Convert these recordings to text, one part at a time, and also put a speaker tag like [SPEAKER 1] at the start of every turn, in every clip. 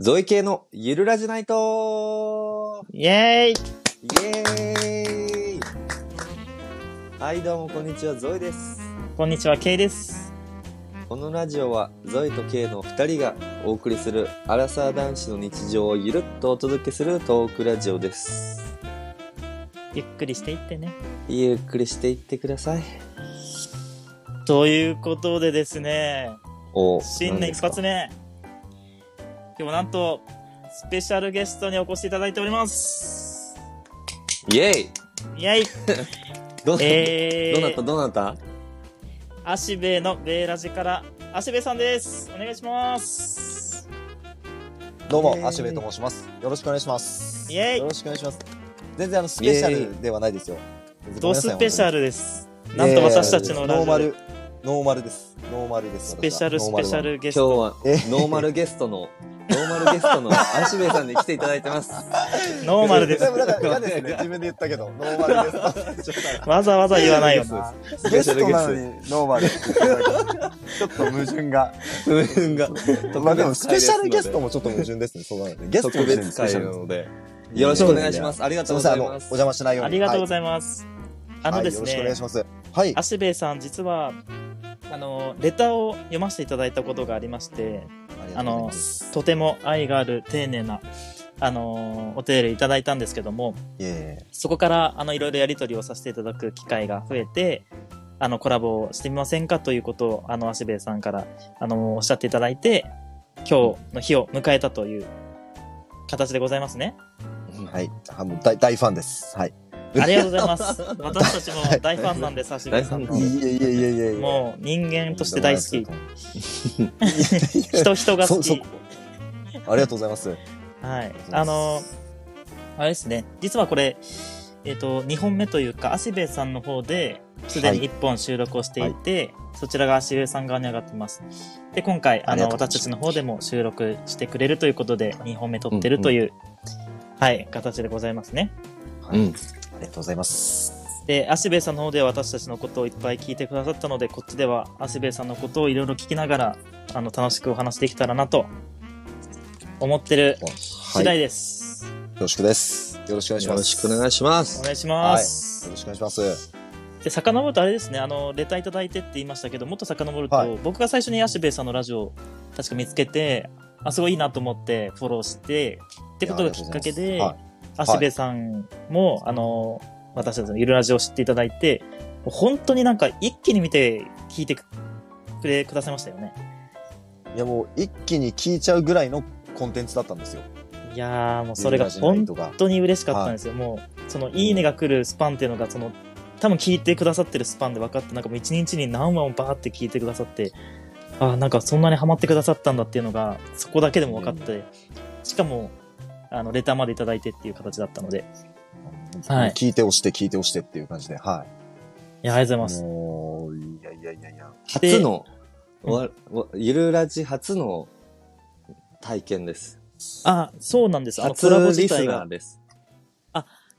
[SPEAKER 1] ゾイ系のゆるラジナイト
[SPEAKER 2] イェ
[SPEAKER 1] イ
[SPEAKER 2] ーイ
[SPEAKER 1] エーイはい、どうもこんにちは、ゾイです。
[SPEAKER 2] こんにちは、ケイです。
[SPEAKER 1] このラジオは、ゾイとケイの二人がお送りする、アラサー男子の日常をゆるっとお届けするトークラジオです。
[SPEAKER 2] ゆっくりしていってね。
[SPEAKER 1] ゆっくりしていってください。
[SPEAKER 2] ということでですね、
[SPEAKER 1] お
[SPEAKER 2] 新年一発
[SPEAKER 1] 目。
[SPEAKER 2] 目。今日なんと、スペシャルゲストにお越しいただいております。
[SPEAKER 1] イエーイ
[SPEAKER 2] イェイ
[SPEAKER 1] どうな、
[SPEAKER 2] え
[SPEAKER 1] どうなった
[SPEAKER 2] ー、
[SPEAKER 1] どうなった
[SPEAKER 2] アシベのベーラジから、アシベさんです。お願いします。
[SPEAKER 3] どう
[SPEAKER 1] イエー
[SPEAKER 3] も、
[SPEAKER 1] イ
[SPEAKER 3] アシベと申します。よろしくお願いします。
[SPEAKER 2] イエーイ
[SPEAKER 3] よろしくお願いします。全然あのスペシャ
[SPEAKER 1] イエー
[SPEAKER 3] ルではないですよ。
[SPEAKER 2] ドスペシャ
[SPEAKER 3] ル。
[SPEAKER 2] ルです。
[SPEAKER 3] 本
[SPEAKER 2] なん
[SPEAKER 3] 当に
[SPEAKER 2] と私たち
[SPEAKER 3] い
[SPEAKER 2] の
[SPEAKER 3] やいや
[SPEAKER 2] ラ
[SPEAKER 3] ノ
[SPEAKER 2] ジオ
[SPEAKER 3] ーマ
[SPEAKER 2] で
[SPEAKER 3] ル、ノーマルです。ノーマルです。
[SPEAKER 2] スペシャル
[SPEAKER 3] 私
[SPEAKER 2] ス
[SPEAKER 3] は
[SPEAKER 2] ペシャ。ルゲ
[SPEAKER 1] 今
[SPEAKER 2] ス
[SPEAKER 1] 日
[SPEAKER 2] ト。
[SPEAKER 1] は、
[SPEAKER 3] えー
[SPEAKER 1] ノーマルゲストの、ノーマルゲストのアシベさんに来ていただいてます。
[SPEAKER 2] ノーマルです
[SPEAKER 3] で。もなんか嫌ですね。自分で言ったけど、ノーマルです。
[SPEAKER 2] わざわざ言わないよ。
[SPEAKER 3] スペシャルゲストなのにノーマルって言ってたけど。ちょっと矛盾が。
[SPEAKER 1] 部分が。
[SPEAKER 3] まあでもスペシャルゲスト
[SPEAKER 1] も
[SPEAKER 3] もちょっと矛盾ですね。そうなので。ゲスト
[SPEAKER 1] 特
[SPEAKER 3] も
[SPEAKER 1] 別会なので、よろしくお願いします。ありが
[SPEAKER 3] す
[SPEAKER 1] とう
[SPEAKER 3] み
[SPEAKER 1] ご
[SPEAKER 3] ません、
[SPEAKER 1] ざ
[SPEAKER 3] あ
[SPEAKER 1] い
[SPEAKER 3] の、お
[SPEAKER 1] ます。
[SPEAKER 3] 邪魔しないように。
[SPEAKER 2] ありがとうご
[SPEAKER 3] い
[SPEAKER 2] ざいます。あ
[SPEAKER 3] ます。
[SPEAKER 2] の
[SPEAKER 3] はい
[SPEAKER 2] で
[SPEAKER 3] よ
[SPEAKER 2] す
[SPEAKER 3] ろしくお
[SPEAKER 2] ね
[SPEAKER 3] 願いし、ます。 はい。
[SPEAKER 2] 芦兵衛さん実はあのレターを読ませていただいたことがありましてあのとても愛がある丁寧なあのお手入れいただいたんですけども
[SPEAKER 3] いえいえ。
[SPEAKER 2] そこからあのいろいろやり取りをさせていただく機会が増えてあのコラボをしてみませんかということをあの芦兵衛さんからあのおっしゃっていただいて今日の日を迎えたという形でございますね。
[SPEAKER 3] はい。あもう大大ファンです。はい。
[SPEAKER 2] ありがとうござい ます。私たちも大ファンなんです、芦兵衛さんの
[SPEAKER 3] い。えいえいえいえいえ。
[SPEAKER 2] もう人間として大好き。
[SPEAKER 3] 人
[SPEAKER 2] 人人が 好き。
[SPEAKER 3] ありがとうございます。
[SPEAKER 2] はい。あの、あれですね。実はこれ、えっ、と、2本目というか、アシベさんの方で、すでに
[SPEAKER 3] はい
[SPEAKER 2] 1本収録をしていて、そちらがアシベさん側に上がってます。で、今回、あ
[SPEAKER 3] あり
[SPEAKER 2] の、
[SPEAKER 3] がとうございま
[SPEAKER 2] 私
[SPEAKER 3] す
[SPEAKER 2] たちの方でも収録してくれるということで、2本目撮ってるという、はい、形でございますね。
[SPEAKER 3] はいありがとうございます。
[SPEAKER 2] で、アシベさんの方では私たちのことをいっぱい聞いてくださったので、こっちではアシベさんのことをいろいろ聞きながら、あの、楽しくお話できたらなと、思ってる
[SPEAKER 3] は
[SPEAKER 2] 次
[SPEAKER 3] い。
[SPEAKER 2] 第
[SPEAKER 3] よ
[SPEAKER 2] です。
[SPEAKER 3] ろしくです。よろしくお願いし
[SPEAKER 1] よ
[SPEAKER 3] ます。
[SPEAKER 1] ろしくお願いします
[SPEAKER 2] お。願いします。
[SPEAKER 3] よろしくお願いします。
[SPEAKER 2] で、遡るとあれですね、あの、レターいただいてって言いましたけど、もっと遡ると、
[SPEAKER 3] はい
[SPEAKER 2] 僕が最初にヤシベイさんのラジオを確か見つけて、あ、すごいいいなと思ってフォローして、ってことがきっかけで、
[SPEAKER 3] はい
[SPEAKER 2] アシベイさんも、あの、私たちのゆるラジオを知っていただいて、もう本当になんか一気に見て、聞いてくれくださいましたよね。
[SPEAKER 3] いやもう一気に聞いちゃうぐらいのコンテンツだったんですよ。
[SPEAKER 2] いやー、もうそれが
[SPEAKER 3] ユーラジナイ
[SPEAKER 2] 本
[SPEAKER 3] トが
[SPEAKER 2] 当に嬉しかったんですよ。もう、その、いいねが来るスパンっていうのが、その、多分聞いてくださってるスパンで分かって、なんかもう一日に何話もバーって聞いてくださって、ああ、なんかそんなにハマってくださったんだっていうのが、そこだけでも分かって、しかも、あの、レターまでいただいてっていう形だったので、はい
[SPEAKER 3] 聞いて押して聞いて押してっていう感じで、はい
[SPEAKER 2] や、ありがとうご
[SPEAKER 3] い。
[SPEAKER 2] ざいま
[SPEAKER 3] もういやいやいやいや。
[SPEAKER 1] 初の、わわゆるラジ初の体験です。
[SPEAKER 2] す。あ、そうなんです。あの、
[SPEAKER 1] 初
[SPEAKER 2] コラボ自
[SPEAKER 1] リス
[SPEAKER 2] 体
[SPEAKER 1] ナー
[SPEAKER 2] が、
[SPEAKER 1] です。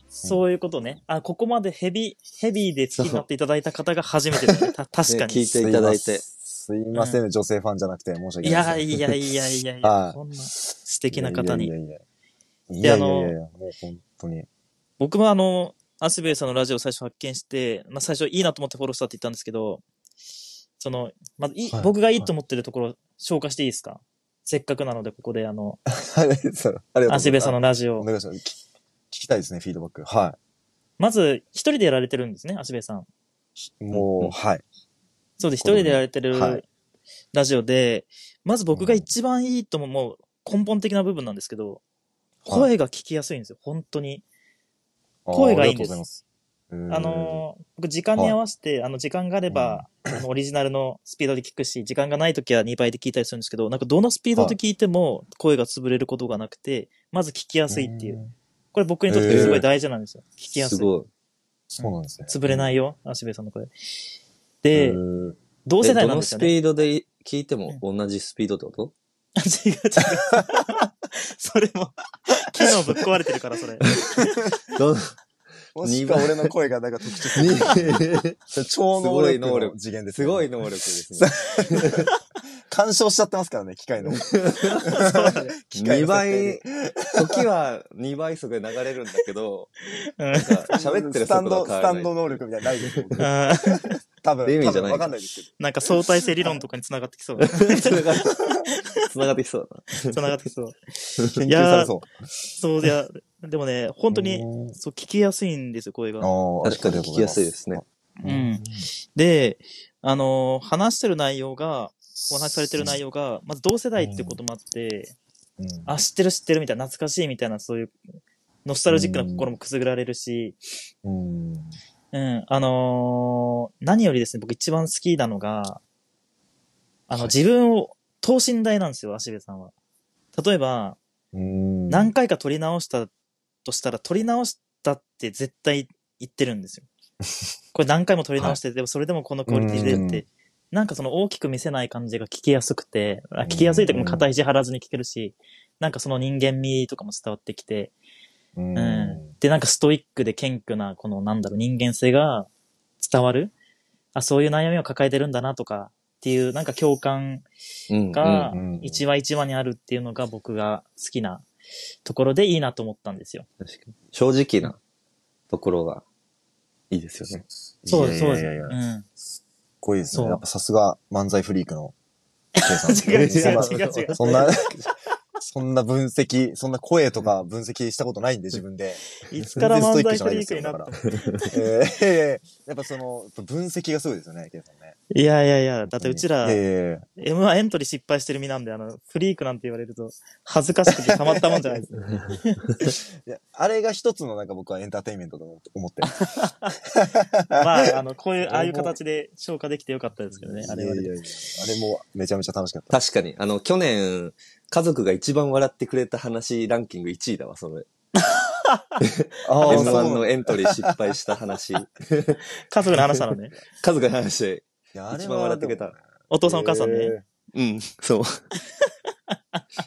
[SPEAKER 2] そういうことね。あ、ここまでヘビ、ヘビーで好きになっていただいた方が初めてですね。た確
[SPEAKER 1] ね
[SPEAKER 2] か
[SPEAKER 1] 聞い
[SPEAKER 2] に。
[SPEAKER 1] ていただいて。
[SPEAKER 3] すいません、女性ファンじゃなくて申し訳ない
[SPEAKER 2] いやいやいやいやい
[SPEAKER 3] は
[SPEAKER 2] や、
[SPEAKER 3] い
[SPEAKER 2] こんな素敵な方に
[SPEAKER 3] いや。いやい
[SPEAKER 2] で
[SPEAKER 3] や
[SPEAKER 2] あ
[SPEAKER 3] いやいや
[SPEAKER 2] の
[SPEAKER 3] いやいや、もう本当に。
[SPEAKER 2] 僕もあの、アシベイさんのラジオを最初発見して、まあ、最初いいなと思ってフォローしたって言ったんですけど、その、まずいい、
[SPEAKER 3] はい
[SPEAKER 2] 僕がいいと思ってるところ、紹介していいですかせっかくなので、ここであの、
[SPEAKER 3] はい、そうありがとうございます。
[SPEAKER 2] アシベイさんのラジ
[SPEAKER 3] お
[SPEAKER 2] オ。
[SPEAKER 3] 願いします。聞き聞きたいですね、フィードバック。は
[SPEAKER 2] まず、一人でやられてるんですね、アシベイさん。
[SPEAKER 3] い。もう、
[SPEAKER 1] うん
[SPEAKER 3] はい。
[SPEAKER 2] そうです、一人でやられて
[SPEAKER 3] これは
[SPEAKER 2] る
[SPEAKER 3] い
[SPEAKER 2] ラジオで、まず僕が一番いいとも、もう根本的な部分なんですけど、
[SPEAKER 3] はい
[SPEAKER 2] 声が聞きやすいんですよ、本当に。声がいいんです
[SPEAKER 3] あーありがとうございます。
[SPEAKER 2] あ
[SPEAKER 3] あ
[SPEAKER 2] のー僕、時間に合わせて、あの、時間があれば、あのオリジナルのスピードで聞くし、時間がないときは2倍で聞いたりするんですけど、なんかどのスピードで聞いても声が潰れることがなくて、まず聞きやすいっていう。
[SPEAKER 3] ん。
[SPEAKER 2] これ僕にとってすごい大事なんですよ。聞きやす
[SPEAKER 1] す
[SPEAKER 2] い。
[SPEAKER 1] ごい。
[SPEAKER 3] そうなんですね。。
[SPEAKER 2] 潰れないいよ、足部さんの声。
[SPEAKER 3] え
[SPEAKER 2] で、
[SPEAKER 3] ー、
[SPEAKER 2] 同世
[SPEAKER 1] えど
[SPEAKER 2] 代なん
[SPEAKER 1] の
[SPEAKER 2] です
[SPEAKER 1] ス
[SPEAKER 2] よ
[SPEAKER 1] ピ
[SPEAKER 2] ね。
[SPEAKER 1] ードで聞いても同じスピードってこと
[SPEAKER 2] 違う 違う。 それも、機能ぶっ壊れてるから、それ。
[SPEAKER 1] ど
[SPEAKER 3] もしか俺の声がなんか特徴的 な超能力の次元ですすね。
[SPEAKER 1] ごい能力ですね。
[SPEAKER 3] 干渉しちゃってますからね、機械の。
[SPEAKER 1] 2
[SPEAKER 3] 機械の設定
[SPEAKER 1] 倍、時は2倍速で流れるんだけど、
[SPEAKER 2] うん
[SPEAKER 1] なんか
[SPEAKER 3] に
[SPEAKER 1] 喋ってる
[SPEAKER 3] スタ
[SPEAKER 1] 速度
[SPEAKER 3] ンド、
[SPEAKER 1] が
[SPEAKER 3] ス
[SPEAKER 1] 変
[SPEAKER 3] タ
[SPEAKER 1] わらな
[SPEAKER 3] ンド
[SPEAKER 1] い。
[SPEAKER 3] 能力みたいなのないです僕
[SPEAKER 2] あー
[SPEAKER 3] 多
[SPEAKER 1] って意
[SPEAKER 3] 分、
[SPEAKER 1] 味
[SPEAKER 3] 多
[SPEAKER 1] じゃない
[SPEAKER 3] 分わかんないですけど。
[SPEAKER 2] なんか相対性理論とかにつながってきそうだね。
[SPEAKER 1] 繋がって、繋がってきそうだな。
[SPEAKER 2] つながってきそう。
[SPEAKER 3] 研究されそう。
[SPEAKER 2] そういや、でもね、本当に、
[SPEAKER 3] うん。
[SPEAKER 2] そう、聞きやすいんですよ、声が。
[SPEAKER 3] ああ、
[SPEAKER 1] 確かに聞きやすいですね。
[SPEAKER 3] ありがとうございます。
[SPEAKER 2] で、あのー話してる内容が、お話しされてる内容が、まず同世代ってこともあって、
[SPEAKER 3] うん。
[SPEAKER 2] あ、知ってる知ってるみたいな、懐かしいみたいな、そういう、ノスタルジックな心もくすぐられるし、
[SPEAKER 3] うん。
[SPEAKER 2] うん、あのー何よりですね、僕一番好きなのが、あの、自分を、等身大なんですよ、足部さんは。例えば、
[SPEAKER 3] うん。
[SPEAKER 2] 何回か撮り直したとしたら、撮り直したって絶対言ってるん ですよ。これ何回も撮り直して、でもそれでもこのクオリティで
[SPEAKER 3] うん
[SPEAKER 2] っ
[SPEAKER 3] うんうん
[SPEAKER 2] て、なんかその大きく見せない感じが聞きやすくて、あ聞きやすいというかもう肩肘張らずに聞けるし、なんかその人間味とかも伝わってきて、
[SPEAKER 3] う。
[SPEAKER 2] うんん。で、なんかストイックで謙虚な、このなんだろう、人間性が伝わる。あ、そういう悩みを抱えてるんだなとか、っていう、なんか共感
[SPEAKER 1] うん。
[SPEAKER 2] が
[SPEAKER 3] うんうんうん
[SPEAKER 2] 一話一話にあるっていうのが僕が好きなところでいいなと思ったんですよ。
[SPEAKER 1] 確かに正直なところがいいですよね。
[SPEAKER 2] そうです、
[SPEAKER 3] い
[SPEAKER 2] そう
[SPEAKER 3] や
[SPEAKER 2] で
[SPEAKER 3] い
[SPEAKER 2] す。
[SPEAKER 3] やいやいや
[SPEAKER 2] う
[SPEAKER 3] かっこいいです
[SPEAKER 2] そ
[SPEAKER 3] ね。
[SPEAKER 2] う
[SPEAKER 3] やっぱさすが漫才フリークの K さん。
[SPEAKER 2] 違う違う
[SPEAKER 3] そんな
[SPEAKER 2] 違う違う
[SPEAKER 3] そんな、そんな分析、そんな声とか分析したことないんで、自分で。
[SPEAKER 2] ん。いつから漫才フリークにな
[SPEAKER 3] だ
[SPEAKER 2] っ
[SPEAKER 3] か
[SPEAKER 2] た
[SPEAKER 3] ら。えーいやいややっぱその、分析がすごいですよね、K さんね。
[SPEAKER 2] いやいやいや、だってうちら
[SPEAKER 3] いや、いやいや
[SPEAKER 2] M1 エントリー失敗してる身なんで、あの、フリークなんて言われると、恥ずかしくてたまったもんじゃないです。
[SPEAKER 3] いやあれが一つのなんか僕はエンターテインメントだと思って。
[SPEAKER 2] まあ、あの、こういう、ああいう形で消化できてよかったですけどね、あれはね。
[SPEAKER 3] いやいやいやあれもめちゃめちゃ楽しかった。
[SPEAKER 1] 確かに。あの、去年、家族が一番笑ってくれた話ランキング1位だわ、その
[SPEAKER 3] あ
[SPEAKER 1] M1 のエントリー失敗した 話。
[SPEAKER 2] 家族の話なのね。
[SPEAKER 1] 家族の話。
[SPEAKER 3] 一
[SPEAKER 1] 一番笑ってくれた。
[SPEAKER 2] お父さんお母さんね。。
[SPEAKER 1] うん、 そう。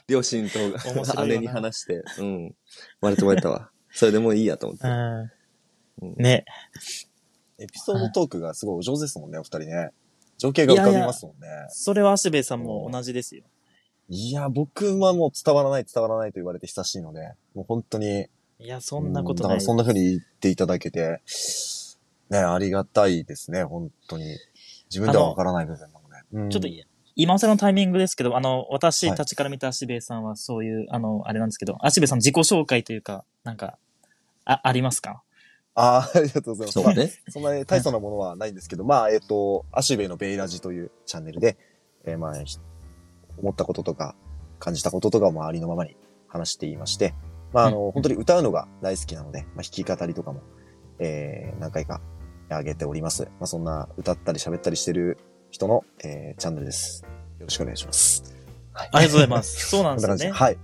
[SPEAKER 1] 両親と
[SPEAKER 2] 面白いよな
[SPEAKER 1] 姉に話して、うん、笑ってもらえたわ。それでもういいやと思って。
[SPEAKER 2] うん。ね。
[SPEAKER 3] エピソードトークがすごいお上手ですもんね、お二人ね。情景が浮かびますもんね。
[SPEAKER 2] それは足部さんも同じですよ。
[SPEAKER 3] いや、僕はもう伝わらない、伝わらないと言われて久しいので、もう本当に。
[SPEAKER 2] いや、そんなこと
[SPEAKER 3] だか
[SPEAKER 2] ない
[SPEAKER 3] ら。そんな風に言っていただけて、ね、ありがたいですね、本当に。自分ではわからない部分なので。うん
[SPEAKER 2] ちょっと、今更のタイミングですけど、あの、私
[SPEAKER 3] はい
[SPEAKER 2] たちから見た足部さんはそういう、あの、あれなんですけど、足部さん自己紹介というか、なんか、あ、ありますか
[SPEAKER 3] あーありがとうございます。
[SPEAKER 1] そうね。
[SPEAKER 3] そんなに大層なものはないんですけど、まあ、えっ、と、アシベイのベイラジというチャンネルで、えーまあ、ひ思ったこととか、感じたこととかをまあありのままに話していまして、まあ、あの、本当に歌うのが大好きなので、まあ、弾き語りとかも、えー何回か上げております。まあ、そんな歌ったり喋ったりしてる人の、えーチャンネルです。よろしくお願いします。はい
[SPEAKER 2] ありがとうございま。す。 そうなん
[SPEAKER 3] こん
[SPEAKER 2] ですよ
[SPEAKER 3] な感じで
[SPEAKER 2] ね。
[SPEAKER 3] はい。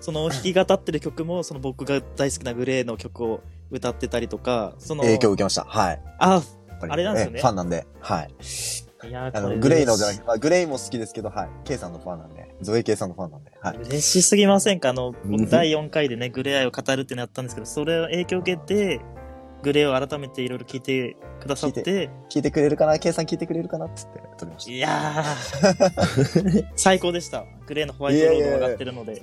[SPEAKER 2] その弾き語ってる曲も、その僕が大好きなグレーの曲を歌ってたりとか、その、
[SPEAKER 3] 影響を受けました。はい。
[SPEAKER 2] あ、
[SPEAKER 3] やっぱり
[SPEAKER 2] あれなんですよね
[SPEAKER 3] えファンなんで、はい。
[SPEAKER 2] いや
[SPEAKER 3] あ
[SPEAKER 2] これ
[SPEAKER 3] の、グレイのじゃなくて、まあ、グレイも好きですけど、はい。K さんのファンなんで、ゾエ K さんのファンなんで、はい。
[SPEAKER 2] 嬉しすぎませんかあの
[SPEAKER 1] うん、
[SPEAKER 2] 第4回でね、グレー愛を語るってなったんですけど、それを影響を受けて、グレーを改めていろいろ聞いてくださって、
[SPEAKER 3] 聞い聞いてくれるかな ?K さん聞いてくれるかなっつって撮りまし
[SPEAKER 2] いやー、最高でした。グレーのホワイトロードが上がってるので、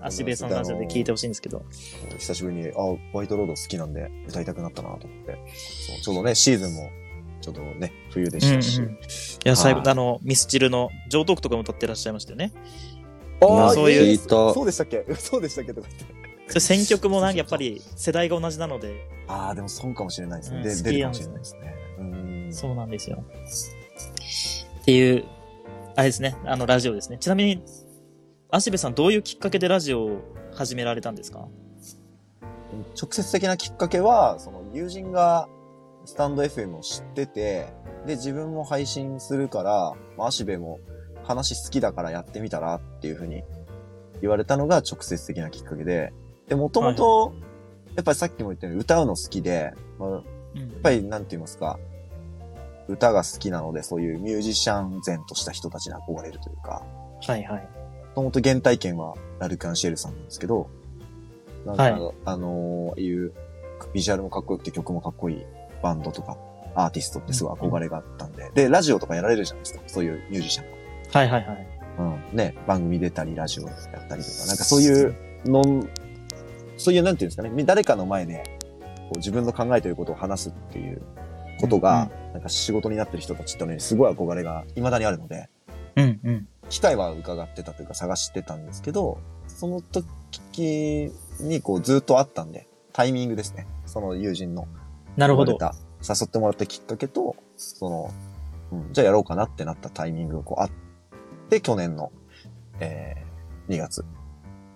[SPEAKER 2] アシベイさんのラジオで聞いてほしいんですけど、
[SPEAKER 3] た。久しぶりに、あ、ホワイトロード好きなんで歌いたくなったなと思って。そうちょうどね、シーズンも、ちょっとね、冬でしたし。
[SPEAKER 2] うんうんいや、最
[SPEAKER 3] はい
[SPEAKER 2] 後、あの、ミスチルの上トークとかも歌ってらっしゃいましたよね。
[SPEAKER 3] あ
[SPEAKER 2] ま
[SPEAKER 3] あ、
[SPEAKER 2] あそういう
[SPEAKER 3] え
[SPEAKER 1] 聞いた
[SPEAKER 3] そうでしたっけ そうでしたっけとか言って。
[SPEAKER 2] それ選曲もなんかやっぱり世代が同じなので、
[SPEAKER 3] ああ、でもそうかもしれないですね。
[SPEAKER 2] うん
[SPEAKER 3] で、
[SPEAKER 2] 好
[SPEAKER 3] 出
[SPEAKER 2] き
[SPEAKER 3] る
[SPEAKER 2] なん
[SPEAKER 3] かも
[SPEAKER 2] です
[SPEAKER 3] しれ
[SPEAKER 2] ね
[SPEAKER 3] ないですね。うん。
[SPEAKER 2] そうなんですよ。っていう、あれですね、あの、ラジオですね。ちなみに、足部さん、どういうきっかけでラジオを始められたんですか
[SPEAKER 3] 直接的なきっかけは、その友人がスタンド FM を知ってて、で、自分も配信するから、まあ、足部も話好きだからやってみたらっていうふうに言われたのが直接的なきっかけで、で、もともと、やっぱりさっきも言ったように歌うの好きで、まあ、やっ
[SPEAKER 2] うん。
[SPEAKER 3] ぱりなんて言いますか、歌が好きなので、そういうミュージシャン前とした人たちに憧れるというか、
[SPEAKER 2] はいはい。
[SPEAKER 3] もともと原体験はラルク・アンシエルさんなんですけど、なんか、
[SPEAKER 2] はい
[SPEAKER 3] あのーいう、ビジュアルもかっこよくて曲もかっこいいバンドとか、アーティストってすごい憧れがあったんで、で、ラジオとかやられるじゃないですか、そういうミュージシャンが。
[SPEAKER 2] はいはいはい。
[SPEAKER 3] うん、ね、番組出たり、ラジオやったりとか、なんかそういうのん、そういうなんていうんですかね、誰かの前で、こう自分の考えていることを話すっていうことが、なんか仕事になってる人たちとね、すごい憧れが未だにあるので、
[SPEAKER 2] うんうん。
[SPEAKER 3] 機会は伺ってたというか探してたんですけど、その時にこうずっとあったんで、タイミングですね。その友人の。
[SPEAKER 2] なるほ
[SPEAKER 3] 呼
[SPEAKER 2] ど。
[SPEAKER 3] ばれた誘ってもらったきっかけと、その、うん、じゃあやろうかなってなったタイミングがこうあって、去年の、えー、2月、も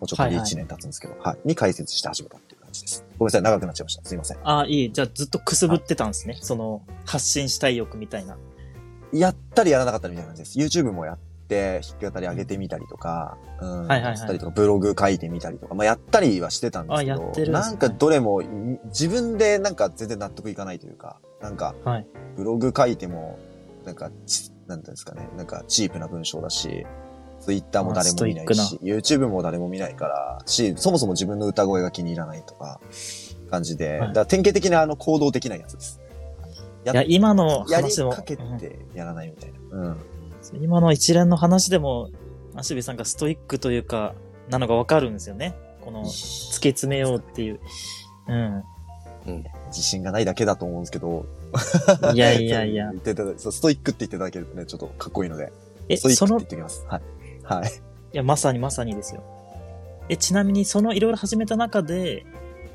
[SPEAKER 3] うちょっと
[SPEAKER 2] はい
[SPEAKER 3] で
[SPEAKER 2] はい
[SPEAKER 3] 1年経つんですけど、はい、に解説して始めたっていう感じです。ごめんなさい、長くなっちゃいました。すいません。
[SPEAKER 2] ああ、いい。じゃあずっとくすぶってたんですね。その、発信したい欲みたいな。
[SPEAKER 3] やったりやらなかったりみたいな感じです。YouTube もやって、弾き語り上げてみたりとか、う
[SPEAKER 2] は
[SPEAKER 3] ん、
[SPEAKER 2] いはいはい
[SPEAKER 3] したりとか、ブログ書いてみたりとか、まあやったりはしてたんですけど、
[SPEAKER 2] あやってるんですね
[SPEAKER 3] なんかどれもん自分でなんか全然納得いかないというか、なんか、
[SPEAKER 2] はい
[SPEAKER 3] ブログ書いても、なんかち、なんていうんですかね、なんかチープな文章だし、Twitter も誰も見な
[SPEAKER 2] あー
[SPEAKER 3] い
[SPEAKER 2] ス
[SPEAKER 3] し、YouTube も誰も見ないから、し、そもそも自分の歌声が気に入らないとか、感じ
[SPEAKER 2] は
[SPEAKER 3] で、
[SPEAKER 2] い
[SPEAKER 3] だから典型的なあの行動できないやつです。
[SPEAKER 2] いや、今の
[SPEAKER 3] やり
[SPEAKER 2] 話も、
[SPEAKER 3] かけ
[SPEAKER 2] うん
[SPEAKER 3] てやらないみたいな。うん。
[SPEAKER 2] 今の一連の話でも、アシュビさんがストイックというか、なのがわかるんですよね。この、突き詰めようっていう。うん。
[SPEAKER 3] 自信がないだけだと思うんですけど。
[SPEAKER 2] いやいやいや
[SPEAKER 3] そう。言っていただそうストイックって言っていただけるとね、ちょっとかっこいいので。
[SPEAKER 2] え、
[SPEAKER 3] ストイック
[SPEAKER 2] そ
[SPEAKER 3] って
[SPEAKER 2] の、
[SPEAKER 3] 言
[SPEAKER 2] い
[SPEAKER 3] っておきます。はい。はい。
[SPEAKER 2] や、まさにまさにですよ。え、ちなみに、その、いろいろ始めた中で、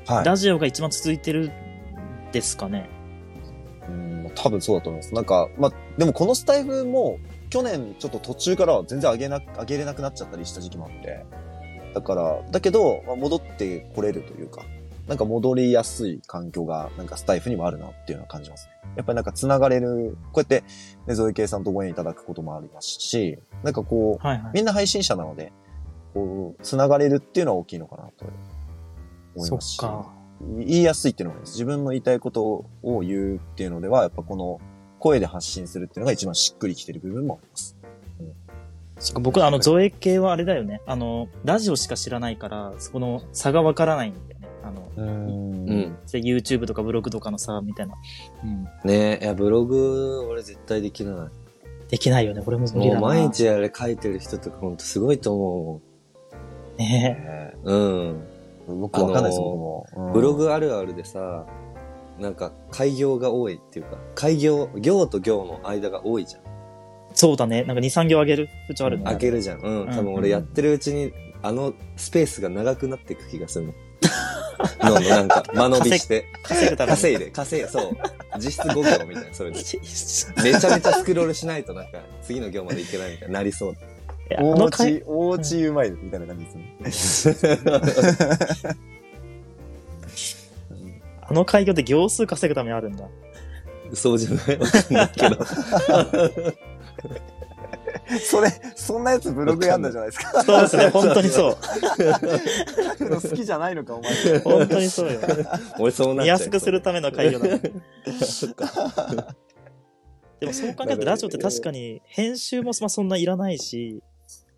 [SPEAKER 3] はい。
[SPEAKER 2] ラジオが一番続いてるんですかね。
[SPEAKER 3] うん、多分そうだと思います。なんか、まあ、でもこのスタイルも、去年ちょっと途中からは全然上げな、上げれなくなっちゃったりした時期もあって。だから、だけど、まあ、戻ってこれるというか、なんか戻りやすい環境が、なんかスタイフにもあるなっていうのは感じますね。やっぱりなんか繋がれる、こうやって、ね、ゾイケイさんとご縁いただくこともありますし、なんかこう、
[SPEAKER 2] はいはい。
[SPEAKER 3] みんな配信者なので、こう、繋がれるっていうのは大きいのかなと思い
[SPEAKER 2] そっ
[SPEAKER 3] ますし。
[SPEAKER 2] か。
[SPEAKER 3] 言いやすいっていうのがあります。自分の言いたいことを言うっていうのでは、やっぱこの声で発信するっていうのが一番しっくりきてる部分もあります。
[SPEAKER 2] そっか僕、あの、造影系はあれだよね。あの、ラジオしか知らないから、そこの差がわからないんだよね。あの、
[SPEAKER 3] う
[SPEAKER 1] う。
[SPEAKER 3] ん
[SPEAKER 1] ん。
[SPEAKER 2] で YouTube とかブログとかの差みたいな。うん。
[SPEAKER 1] ねえ、いや、ブログ、俺絶対できな
[SPEAKER 2] できないよね。これも
[SPEAKER 1] い。
[SPEAKER 2] 無理
[SPEAKER 1] も
[SPEAKER 2] だ
[SPEAKER 1] う
[SPEAKER 2] な。
[SPEAKER 1] 毎日あれ書いてる人とかほんとすごいと思
[SPEAKER 2] ね
[SPEAKER 3] ね
[SPEAKER 1] う。うん。
[SPEAKER 3] 僕わかんないです、僕も。うん
[SPEAKER 1] ブログあるあるでさ、なんか、開業が多いっていうか、開業、行と行の間が多いじゃん。
[SPEAKER 2] そうだね。なんか2、3行あげるうちあるね。
[SPEAKER 1] 開けるじゃん。うん。多分俺やってるうちに、あのスペースが長くなっていく気が するの。のなんか、間延びして。
[SPEAKER 2] 稼ぐために。
[SPEAKER 1] 稼いで、稼いで、そう。実質5行みたいな、それで。
[SPEAKER 2] い
[SPEAKER 1] めちゃめちゃスクロールしないとなんか、次の行までいけないみたいになりそう。
[SPEAKER 2] やあ
[SPEAKER 3] お
[SPEAKER 2] の
[SPEAKER 3] う
[SPEAKER 2] 回、
[SPEAKER 3] ち、おうちうまいみたいな感じですね。
[SPEAKER 2] あの開業で行数稼ぐためにあるんだ。
[SPEAKER 1] そうじゃないわかんないけど。
[SPEAKER 3] それ、そんなやつブログやんだじゃないですか。
[SPEAKER 2] そうです ね。本当にそう。
[SPEAKER 3] 書くの好きじゃないのか、お前。
[SPEAKER 2] 本当 にそうよ。
[SPEAKER 1] 俺そうなっち
[SPEAKER 2] 見
[SPEAKER 1] ゃ
[SPEAKER 2] や
[SPEAKER 1] う。
[SPEAKER 2] すくするための開業だもん。
[SPEAKER 1] そっか
[SPEAKER 2] でもそう考えるとラジオって確かに編集もまあそんないらないし、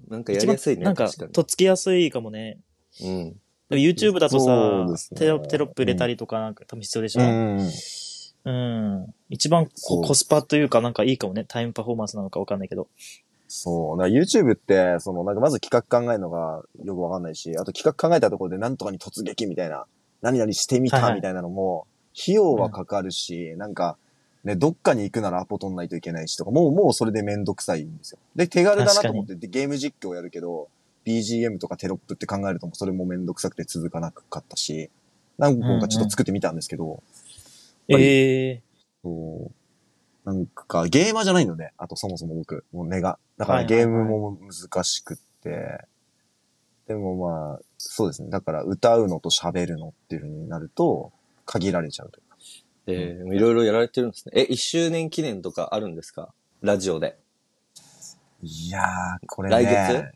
[SPEAKER 1] なんかやりやすいね。
[SPEAKER 2] なんか
[SPEAKER 1] 確か
[SPEAKER 2] とっつきやすいかもね。
[SPEAKER 1] に。うん。
[SPEAKER 2] でも YouTube だと
[SPEAKER 3] そう
[SPEAKER 2] さ
[SPEAKER 3] です、ね
[SPEAKER 2] テロテロップ入れたりとかなんか多分必要でしょ。
[SPEAKER 3] うん。
[SPEAKER 2] うん。一番
[SPEAKER 3] そ
[SPEAKER 2] こ
[SPEAKER 3] う
[SPEAKER 2] コスパというか、なんかいいかもね。タイムパフォーマンスなのかわかんないけど。
[SPEAKER 3] そう。だから YouTube って、その、なんかまず企画考えるのがよくわかんないし、あと企画考えたところでなんとかに突撃みたいな、何々してみ
[SPEAKER 2] はいは
[SPEAKER 3] た
[SPEAKER 2] い
[SPEAKER 3] みたいなのも、費用はかかるし、なんか、ね、どっかに行くならアポ取んないといけないしとか、もう、もうそれでめんどくさいんですよ。で、手軽だなと思って、でゲーム実況やるけど、BGM とかテロップって考えるともうそれもめんどくさくて続かなかったし、何個かちょっと作ってみたんですけど、やっぱり
[SPEAKER 2] ええ
[SPEAKER 3] そう。なんか、ゲーマーじゃないのね。あと、そもそも僕、もう根が。だから、
[SPEAKER 2] はいはいは
[SPEAKER 3] ゲ
[SPEAKER 2] い
[SPEAKER 3] ームも難しくって。でもまあ、そうですね。だから、歌うのと喋るのっていう風になると、限られちゃうというか。
[SPEAKER 1] えー、いろいろやられてるんですね。え、1周年記念とかあるんですかラジオで。
[SPEAKER 3] いやー、これね。
[SPEAKER 1] 来月
[SPEAKER 3] うん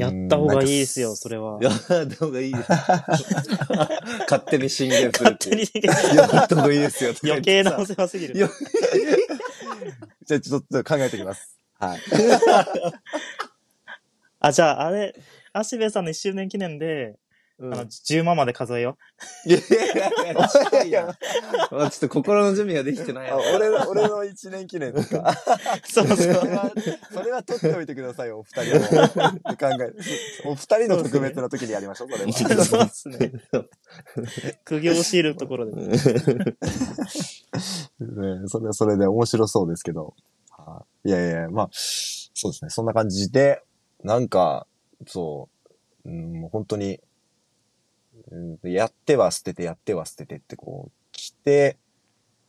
[SPEAKER 2] やった方がいいです
[SPEAKER 3] な
[SPEAKER 2] よ、
[SPEAKER 3] んか
[SPEAKER 2] それは。
[SPEAKER 1] やった方がいいです。 勝手に進言する
[SPEAKER 2] 勝
[SPEAKER 1] って
[SPEAKER 2] 手
[SPEAKER 1] いう。
[SPEAKER 2] に
[SPEAKER 1] やった方がいいですよ。
[SPEAKER 2] 余計なお世話すぎる。
[SPEAKER 3] じゃあ、ちょっと考えておきます。 はい。
[SPEAKER 2] あ、じゃあ、あれ、アシベさんの1周年記念で、
[SPEAKER 3] うん
[SPEAKER 2] あの、10万まで数えよ
[SPEAKER 1] いやいやいや、近 いな。 まあちょっと心の準備ができてない
[SPEAKER 3] あ
[SPEAKER 1] な。
[SPEAKER 3] 俺の、俺の一年記念とか。
[SPEAKER 2] う。そう
[SPEAKER 3] そ
[SPEAKER 2] そ
[SPEAKER 3] れ
[SPEAKER 2] う。
[SPEAKER 3] は、それは取っておいてくださいよ、お二人の。考え。お二人の特別な時にやりまし ょう、それは。
[SPEAKER 2] そうっすね。苦行を強いるところで。
[SPEAKER 3] ね、それはそれで面白そうですけど。はいいやいや、まあ、そうですね。そんな感じで、なんか、そう、うん、もう本当に、うん、やっては捨てて、やっては捨ててってこう、来て、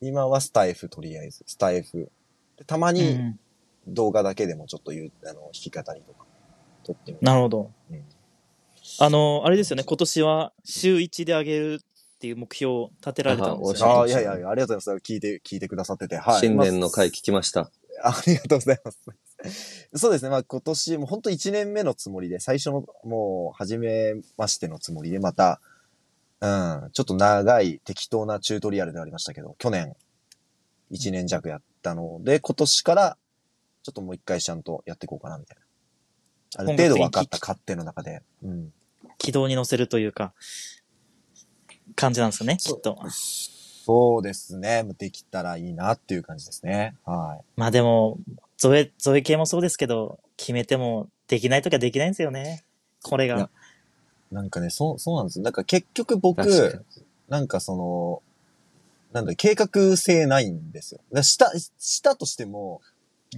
[SPEAKER 3] 今はスタイフ、とりあえず、スタイフ。でたま
[SPEAKER 2] う
[SPEAKER 3] に
[SPEAKER 2] ん。
[SPEAKER 3] 動画だけでもちょっと言う、あの、弾き語りとか、撮ってみる。
[SPEAKER 2] なるほど。
[SPEAKER 3] うん
[SPEAKER 2] あの、あれですよね、今年は週1で上げるっていう目標を立てられたんですよ、ね。
[SPEAKER 3] ああ、いやいやいや、ありがとうございます。聞いて、聞いてくださってて、は い。
[SPEAKER 1] 新年の回
[SPEAKER 3] 会
[SPEAKER 1] 聞きました。
[SPEAKER 3] あ りがとうございます。 そうですね。まあ今年、もう本当1年目のつもりで、最初の、もう、初めましてのつもりで、また、うん、ちょっと長い適当なチュートリアルではありましたけど、去年、1年弱やったので、今年から、ちょっともう一回ちゃんとやっていこうかな、みたいな。ある程度分かった勝手の中で。うん。
[SPEAKER 2] 軌道に乗せるというか、感じなんですよね、きっと。
[SPEAKER 3] そうですね。できたらいいなっていう感じですね。はい。
[SPEAKER 2] まあでも、ゾエ、ゾエ系もそうですけど、決めてもできないときはできないんですよね。これ
[SPEAKER 3] いや
[SPEAKER 2] が。
[SPEAKER 3] なんかね、そう、そうなんですよ。なんか結局僕、
[SPEAKER 1] 確かに。
[SPEAKER 3] なんかその、なんだ、計画性ないんですよ。だからした、したとしても、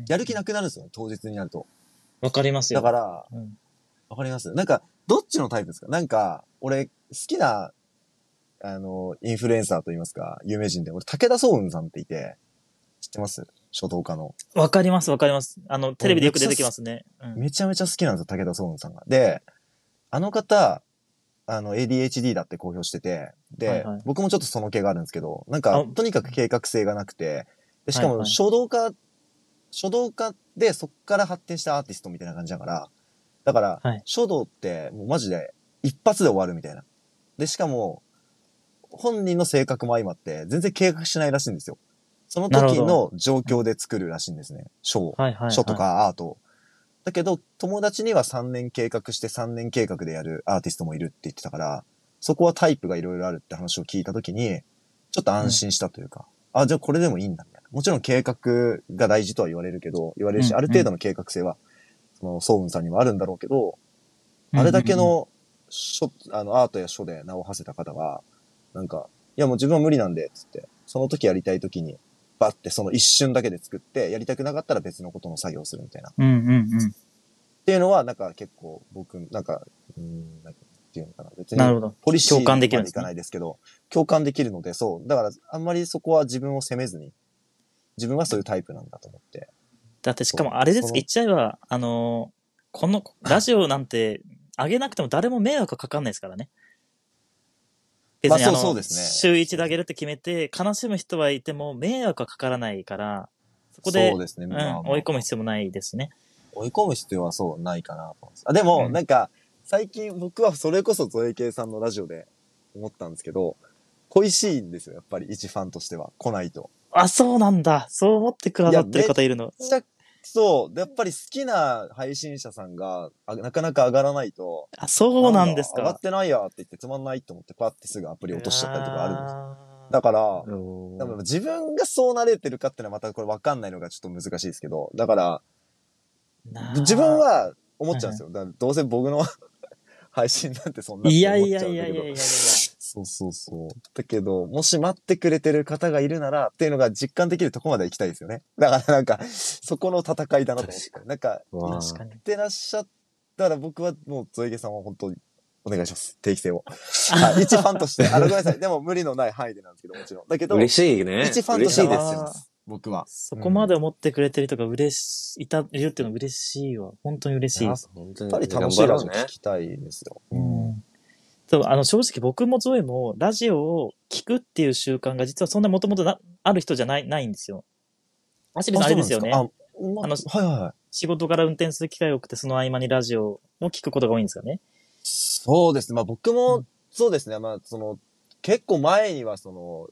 [SPEAKER 3] やる気なくなるんですよ、当日になると。
[SPEAKER 2] わかりますよ。
[SPEAKER 3] だから、
[SPEAKER 2] うん
[SPEAKER 3] わかりますなんか、どっちのタイプですかなんか、俺、好きな、あの、インフルエンサーといいますか、有名人で、俺、武田壮雲さんっていて、知ってます書道家の。
[SPEAKER 2] わかります、わかります。あの、テレビでよく出てきますね。うん
[SPEAKER 3] めちゃめちゃ好きなんですよ、武田壮雲さんが。で、あの方、あの、ADHD だって公表してて、で、
[SPEAKER 2] はいはい
[SPEAKER 3] 僕もちょっとその気があるんですけど、なん
[SPEAKER 2] あ
[SPEAKER 3] か、とにかく計画性がなくて、でし
[SPEAKER 2] は
[SPEAKER 3] か
[SPEAKER 2] いは
[SPEAKER 3] も
[SPEAKER 2] い
[SPEAKER 3] 書道家、書道家でそっから発展したアーティストみたいな感じだから、だから、
[SPEAKER 2] はい
[SPEAKER 3] 書道ってもうマジで一発で終わるみたいな。で、しかも、本人の性格も相まって、全然計画しないらしいんですよ。その
[SPEAKER 2] なる
[SPEAKER 3] 時
[SPEAKER 2] ほ
[SPEAKER 3] の
[SPEAKER 2] ど
[SPEAKER 3] 状況で作るらしいんですね、書を。
[SPEAKER 2] はいはいはい。
[SPEAKER 3] 書とかアートを。だけど、友達には3年計画して3年計画でやるアーティストもいるって言ってたから、そこはタイプがいろいろあるって話を聞いたときに、ちょっと安心したというか、あ、じゃあこれでもいいんだみたいな。もちろん計画が大事とは言われるけど、言われるし、
[SPEAKER 2] うん
[SPEAKER 3] ある程度の計画性は、その、ソウンさんにもあるんだろうけど、
[SPEAKER 2] うん、
[SPEAKER 3] あれだけの書、あの、アートや書で名を馳せた方は、なんか、いやもう自分は無理なんで、つって、その時やりたい時に、バッてその一瞬だけで作って、やりたくなかったら別のことの作業をするみたいな。
[SPEAKER 2] うんうんうん。
[SPEAKER 3] っていうのは、なんか結構僕、なんか、うーん、なんかっていうのかな。別
[SPEAKER 2] なる
[SPEAKER 3] に、
[SPEAKER 2] ほど。
[SPEAKER 3] ポリシー
[SPEAKER 2] 共感できる
[SPEAKER 3] ま
[SPEAKER 2] んですね
[SPEAKER 3] いかないですけど、共感できるので、そう。だから、あんまりそこは自分を責めずに、自分はそういうタイプなんだと思って。
[SPEAKER 2] だってしかもあれです
[SPEAKER 3] そ
[SPEAKER 2] か
[SPEAKER 3] う
[SPEAKER 2] 言っちゃえば、あのーこのラジオなんて上げなくても誰も迷惑かかんないですからね。
[SPEAKER 3] まあ
[SPEAKER 2] の
[SPEAKER 3] そうそうですね
[SPEAKER 2] 週一で上げるって決めて、悲しむ人はいても迷惑はかからないから、そこで
[SPEAKER 3] そうですね。
[SPEAKER 2] うん
[SPEAKER 3] まあまあ
[SPEAKER 2] 追い込む必要もないですね。
[SPEAKER 3] 追い込む必要はそうないかなと思うんですあでも、
[SPEAKER 2] うん
[SPEAKER 3] なんか、最近僕はそれこそゾエ系さんのラジオで思ったんですけど、恋しいんですよ、やっぱり一ファンとしては。来ないと。
[SPEAKER 2] あ、そうなんだ。そう思ってくださってる方いるの。
[SPEAKER 3] ちゃそう、でやっぱり好きな配信者さんが、あなかなか上がらないと、
[SPEAKER 2] あ、そうなんです
[SPEAKER 3] だ上が
[SPEAKER 2] か
[SPEAKER 3] っ。てないやって言ってつまんないと思ってパッてすぐアプリ落としちゃったりとかあるんです
[SPEAKER 2] あー
[SPEAKER 3] だから、
[SPEAKER 1] うん
[SPEAKER 3] でも自分がそうなれてるかってのはまたこれわかんないのがちょっと難しいですけど、だから
[SPEAKER 2] なあ
[SPEAKER 3] 自分は思っちゃうんですよ。だからどうせ僕の 配信なんてそんなって
[SPEAKER 2] いや
[SPEAKER 3] 思っ
[SPEAKER 2] い
[SPEAKER 3] ちゃ
[SPEAKER 2] や
[SPEAKER 3] うん
[SPEAKER 2] いや
[SPEAKER 3] だ
[SPEAKER 2] いやいやい
[SPEAKER 3] け
[SPEAKER 2] や
[SPEAKER 3] ど。。そうそうそう。だけど、もし待ってくれてる方がいるならっていうのが実感できるとこまでは行きたいですよね。だからなんか、そこの戦いだなと思って。なんか、
[SPEAKER 1] うわ
[SPEAKER 3] やっ
[SPEAKER 2] 確かに。
[SPEAKER 3] てらっしゃったら僕はもうゾイゲさんは本当にお願いします。定期 性を。はい、一ファンとして。あの、ごめんなさい。でも無理のない範囲でなんですけど、もちろん。だけど、
[SPEAKER 1] 嬉しいね。
[SPEAKER 3] 一ファンと
[SPEAKER 1] 嬉
[SPEAKER 3] し
[SPEAKER 1] していで
[SPEAKER 2] 嬉
[SPEAKER 1] す
[SPEAKER 2] す
[SPEAKER 3] は
[SPEAKER 2] よ
[SPEAKER 3] あー僕は。
[SPEAKER 2] そこまで思ってくれてる人が嬉し、いた、いるっていうのは嬉しいわ。本当に嬉しい
[SPEAKER 3] いや
[SPEAKER 2] で
[SPEAKER 3] そ
[SPEAKER 2] す。
[SPEAKER 1] 本当
[SPEAKER 3] や
[SPEAKER 1] に
[SPEAKER 3] っぱり楽しいラジオ聞きたいですよ。うん。
[SPEAKER 2] そうあの、正直僕もゾエもラジオを聞くっていう習慣が実はそんなもともとなある人じゃない、ないんですよ。アシビさんあれですよね
[SPEAKER 3] あ。そうなんですかあ、まあ、はいはいはい。
[SPEAKER 2] 仕事から運転する機会が多くてその合間にラジオを聞くことが多いんですよね。
[SPEAKER 3] そうですね。まあ僕
[SPEAKER 2] う
[SPEAKER 3] も、そうですね。まあその、結構前にはその、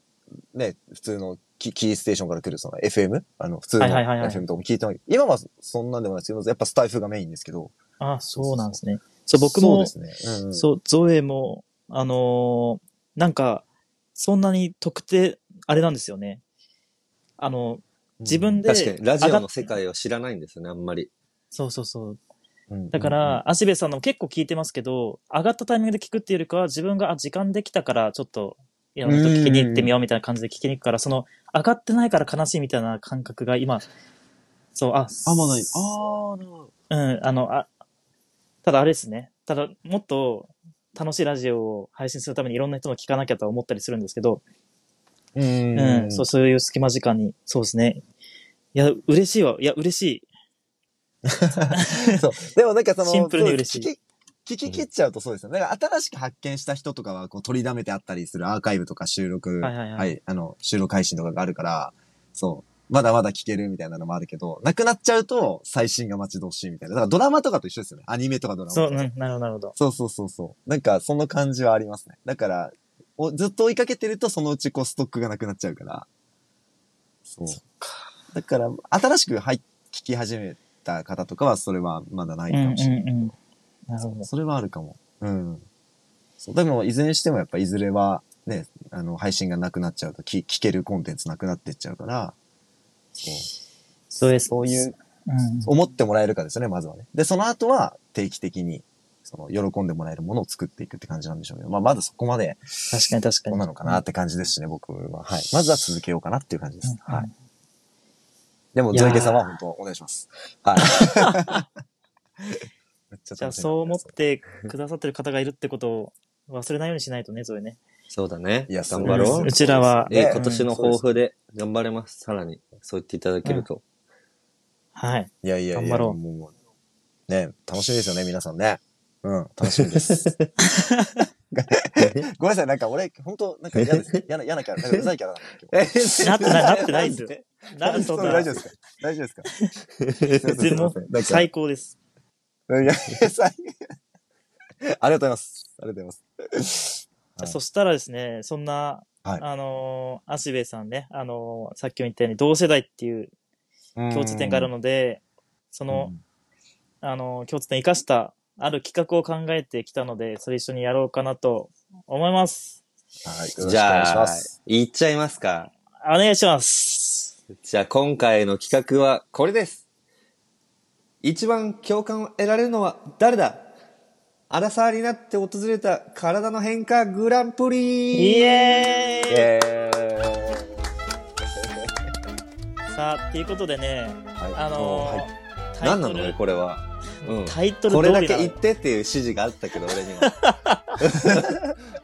[SPEAKER 3] ね、普通のキキーステーションから来るその FM? あの、普通の
[SPEAKER 2] はいはいはいはい
[SPEAKER 3] FM とかも聞いてない。今はそんなんでもないですけど、やっぱスタイフがメインですけど。
[SPEAKER 2] あそうなんですね。そう、僕も、
[SPEAKER 3] そうですね。うんうん
[SPEAKER 2] そう、ゾエも、あのーなんか、そんなに特定、あれなんですよね。あの、自分で、
[SPEAKER 1] 確かに、ラジオの世界を知らないんですよね、あんまり。
[SPEAKER 2] そうそうそう。
[SPEAKER 3] うん
[SPEAKER 2] だから、、足部さんの結構聞いてますけど、上がったタイミングで聞くっていうよりかは、自分が、あ、時間できたから、ちょっと、いろんなこと聞きに行ってみようみたいな感じで聞きに行くから、その、上がってないから悲しいみたいな感覚が今、そう、あ、
[SPEAKER 3] あんまない。ああ、なるほど。
[SPEAKER 2] うん、あの、あ、ただあれですね。ただ、もっと楽しいラジオを配信するためにいろんな人の聞かなきゃとは思ったりするんですけど、
[SPEAKER 3] う
[SPEAKER 2] うん
[SPEAKER 3] ん、
[SPEAKER 2] そう、そういう隙間時間に、そうですね。いや、嬉しいわ。いや、嬉しい。
[SPEAKER 3] そう。でもなんかその、
[SPEAKER 2] シンプルに嬉しい
[SPEAKER 3] そう聞き聞き切っちゃうとそうですよね。だから新しく発見した人とかはこう取りだめてあったりするアーカイブとか収録、
[SPEAKER 2] はいはいはい
[SPEAKER 3] あの、収録配信とかがあるから、そう。まだまだ聞けるみたいなのもあるけど、なくなっちゃうと最新が待ち遠しいみたいな。だからドラマとかと一緒ですよね。アニメとかドラマと
[SPEAKER 2] そう、
[SPEAKER 3] か。
[SPEAKER 2] うん、なるほど、なるほど。
[SPEAKER 3] そうそうそうそう。なんかその感じはありますね。だから、おずっと追いかけてるとそのうちこうストックがなくなっちゃうから。そう。だから、新しく入っ聞き始めた方とかはそれはまだないかもしれない。
[SPEAKER 2] うんうんうん。なるほど。
[SPEAKER 3] それはあるかも。うん。そう。でも、いずれにしてもやっぱいずれは、ね、あの、配信がなくなっちゃうと、き聞けるコンテンツなくなってっちゃうから、そう。
[SPEAKER 2] そうです。
[SPEAKER 3] そういう、
[SPEAKER 2] うん。
[SPEAKER 3] 思ってもらえるかですよね、まずはね。で、その後は定期的に、その、喜んでもらえるものを作っていくって感じなんでしょうけど、まあ、まずそこまで、
[SPEAKER 2] 確かに確かに。
[SPEAKER 3] どうなのかなって感じですしね、僕は。はい。まずは続けようかなっていう感じです。
[SPEAKER 2] うんうん
[SPEAKER 3] はい。でも、
[SPEAKER 2] いやー
[SPEAKER 3] ゾイケさんは本当、お願いします。 はい。めっちゃ楽しみなんです
[SPEAKER 2] じゃあ、そう思ってくださってる方がいるってことを忘れないようにしないとね、それね。
[SPEAKER 1] そうだね。
[SPEAKER 3] いや
[SPEAKER 1] 頑張ろ
[SPEAKER 2] う。
[SPEAKER 1] うん
[SPEAKER 2] ちらは
[SPEAKER 1] え
[SPEAKER 3] ね
[SPEAKER 1] 今年の抱負で頑張れます。さらに、そう言っていただけると。
[SPEAKER 2] はい。
[SPEAKER 3] いやいやい
[SPEAKER 2] 頑
[SPEAKER 3] や、
[SPEAKER 2] 張ろう
[SPEAKER 3] もうね、楽しみですよね、皆さんね。うん、楽しみ です。 ごめんなさい、なんか俺、本当なんか 嫌です。嫌な、嫌なキャラ、なんかうざいキャラだな 今日
[SPEAKER 1] え
[SPEAKER 2] なってない、なってないですよ。なると
[SPEAKER 3] それ大丈夫ですか大丈夫ですか
[SPEAKER 2] 全然もう
[SPEAKER 3] すいませんなんか
[SPEAKER 2] 最高です。
[SPEAKER 3] いやいや最ありがとうございます。ありがとうございます。はい
[SPEAKER 2] そしたらですね、そんな、
[SPEAKER 3] はい
[SPEAKER 2] あのー、足部さんね、あのーさっきも言ったように同世代っていう共通点がある
[SPEAKER 3] の
[SPEAKER 2] ので、その、あのー共通点生かした、ある企画を考えてきたので、それ一緒にやろうかなと思います。
[SPEAKER 3] はい、よろしくお
[SPEAKER 1] じ
[SPEAKER 3] 願いし
[SPEAKER 1] ゃ
[SPEAKER 3] ま
[SPEAKER 1] あ
[SPEAKER 3] す。、
[SPEAKER 1] 言っちゃいますか。
[SPEAKER 2] お願いします。
[SPEAKER 1] じゃあ今回の企画はこれです。一番共感を得られるのは誰だアラサーになって訪れた体の変化グランプ
[SPEAKER 2] イ
[SPEAKER 1] リ
[SPEAKER 2] エーイ
[SPEAKER 3] イエーイ
[SPEAKER 2] さあ、ということでね、
[SPEAKER 3] はい
[SPEAKER 2] あのー
[SPEAKER 3] はい
[SPEAKER 2] タイ
[SPEAKER 1] 何な
[SPEAKER 2] ト
[SPEAKER 1] のね、
[SPEAKER 2] ル、
[SPEAKER 1] これは。うん。
[SPEAKER 2] タイトル
[SPEAKER 1] こ
[SPEAKER 2] 通
[SPEAKER 1] れ
[SPEAKER 2] り
[SPEAKER 1] だ
[SPEAKER 2] なの
[SPEAKER 1] け言ってっていう指示があったけど、俺に は。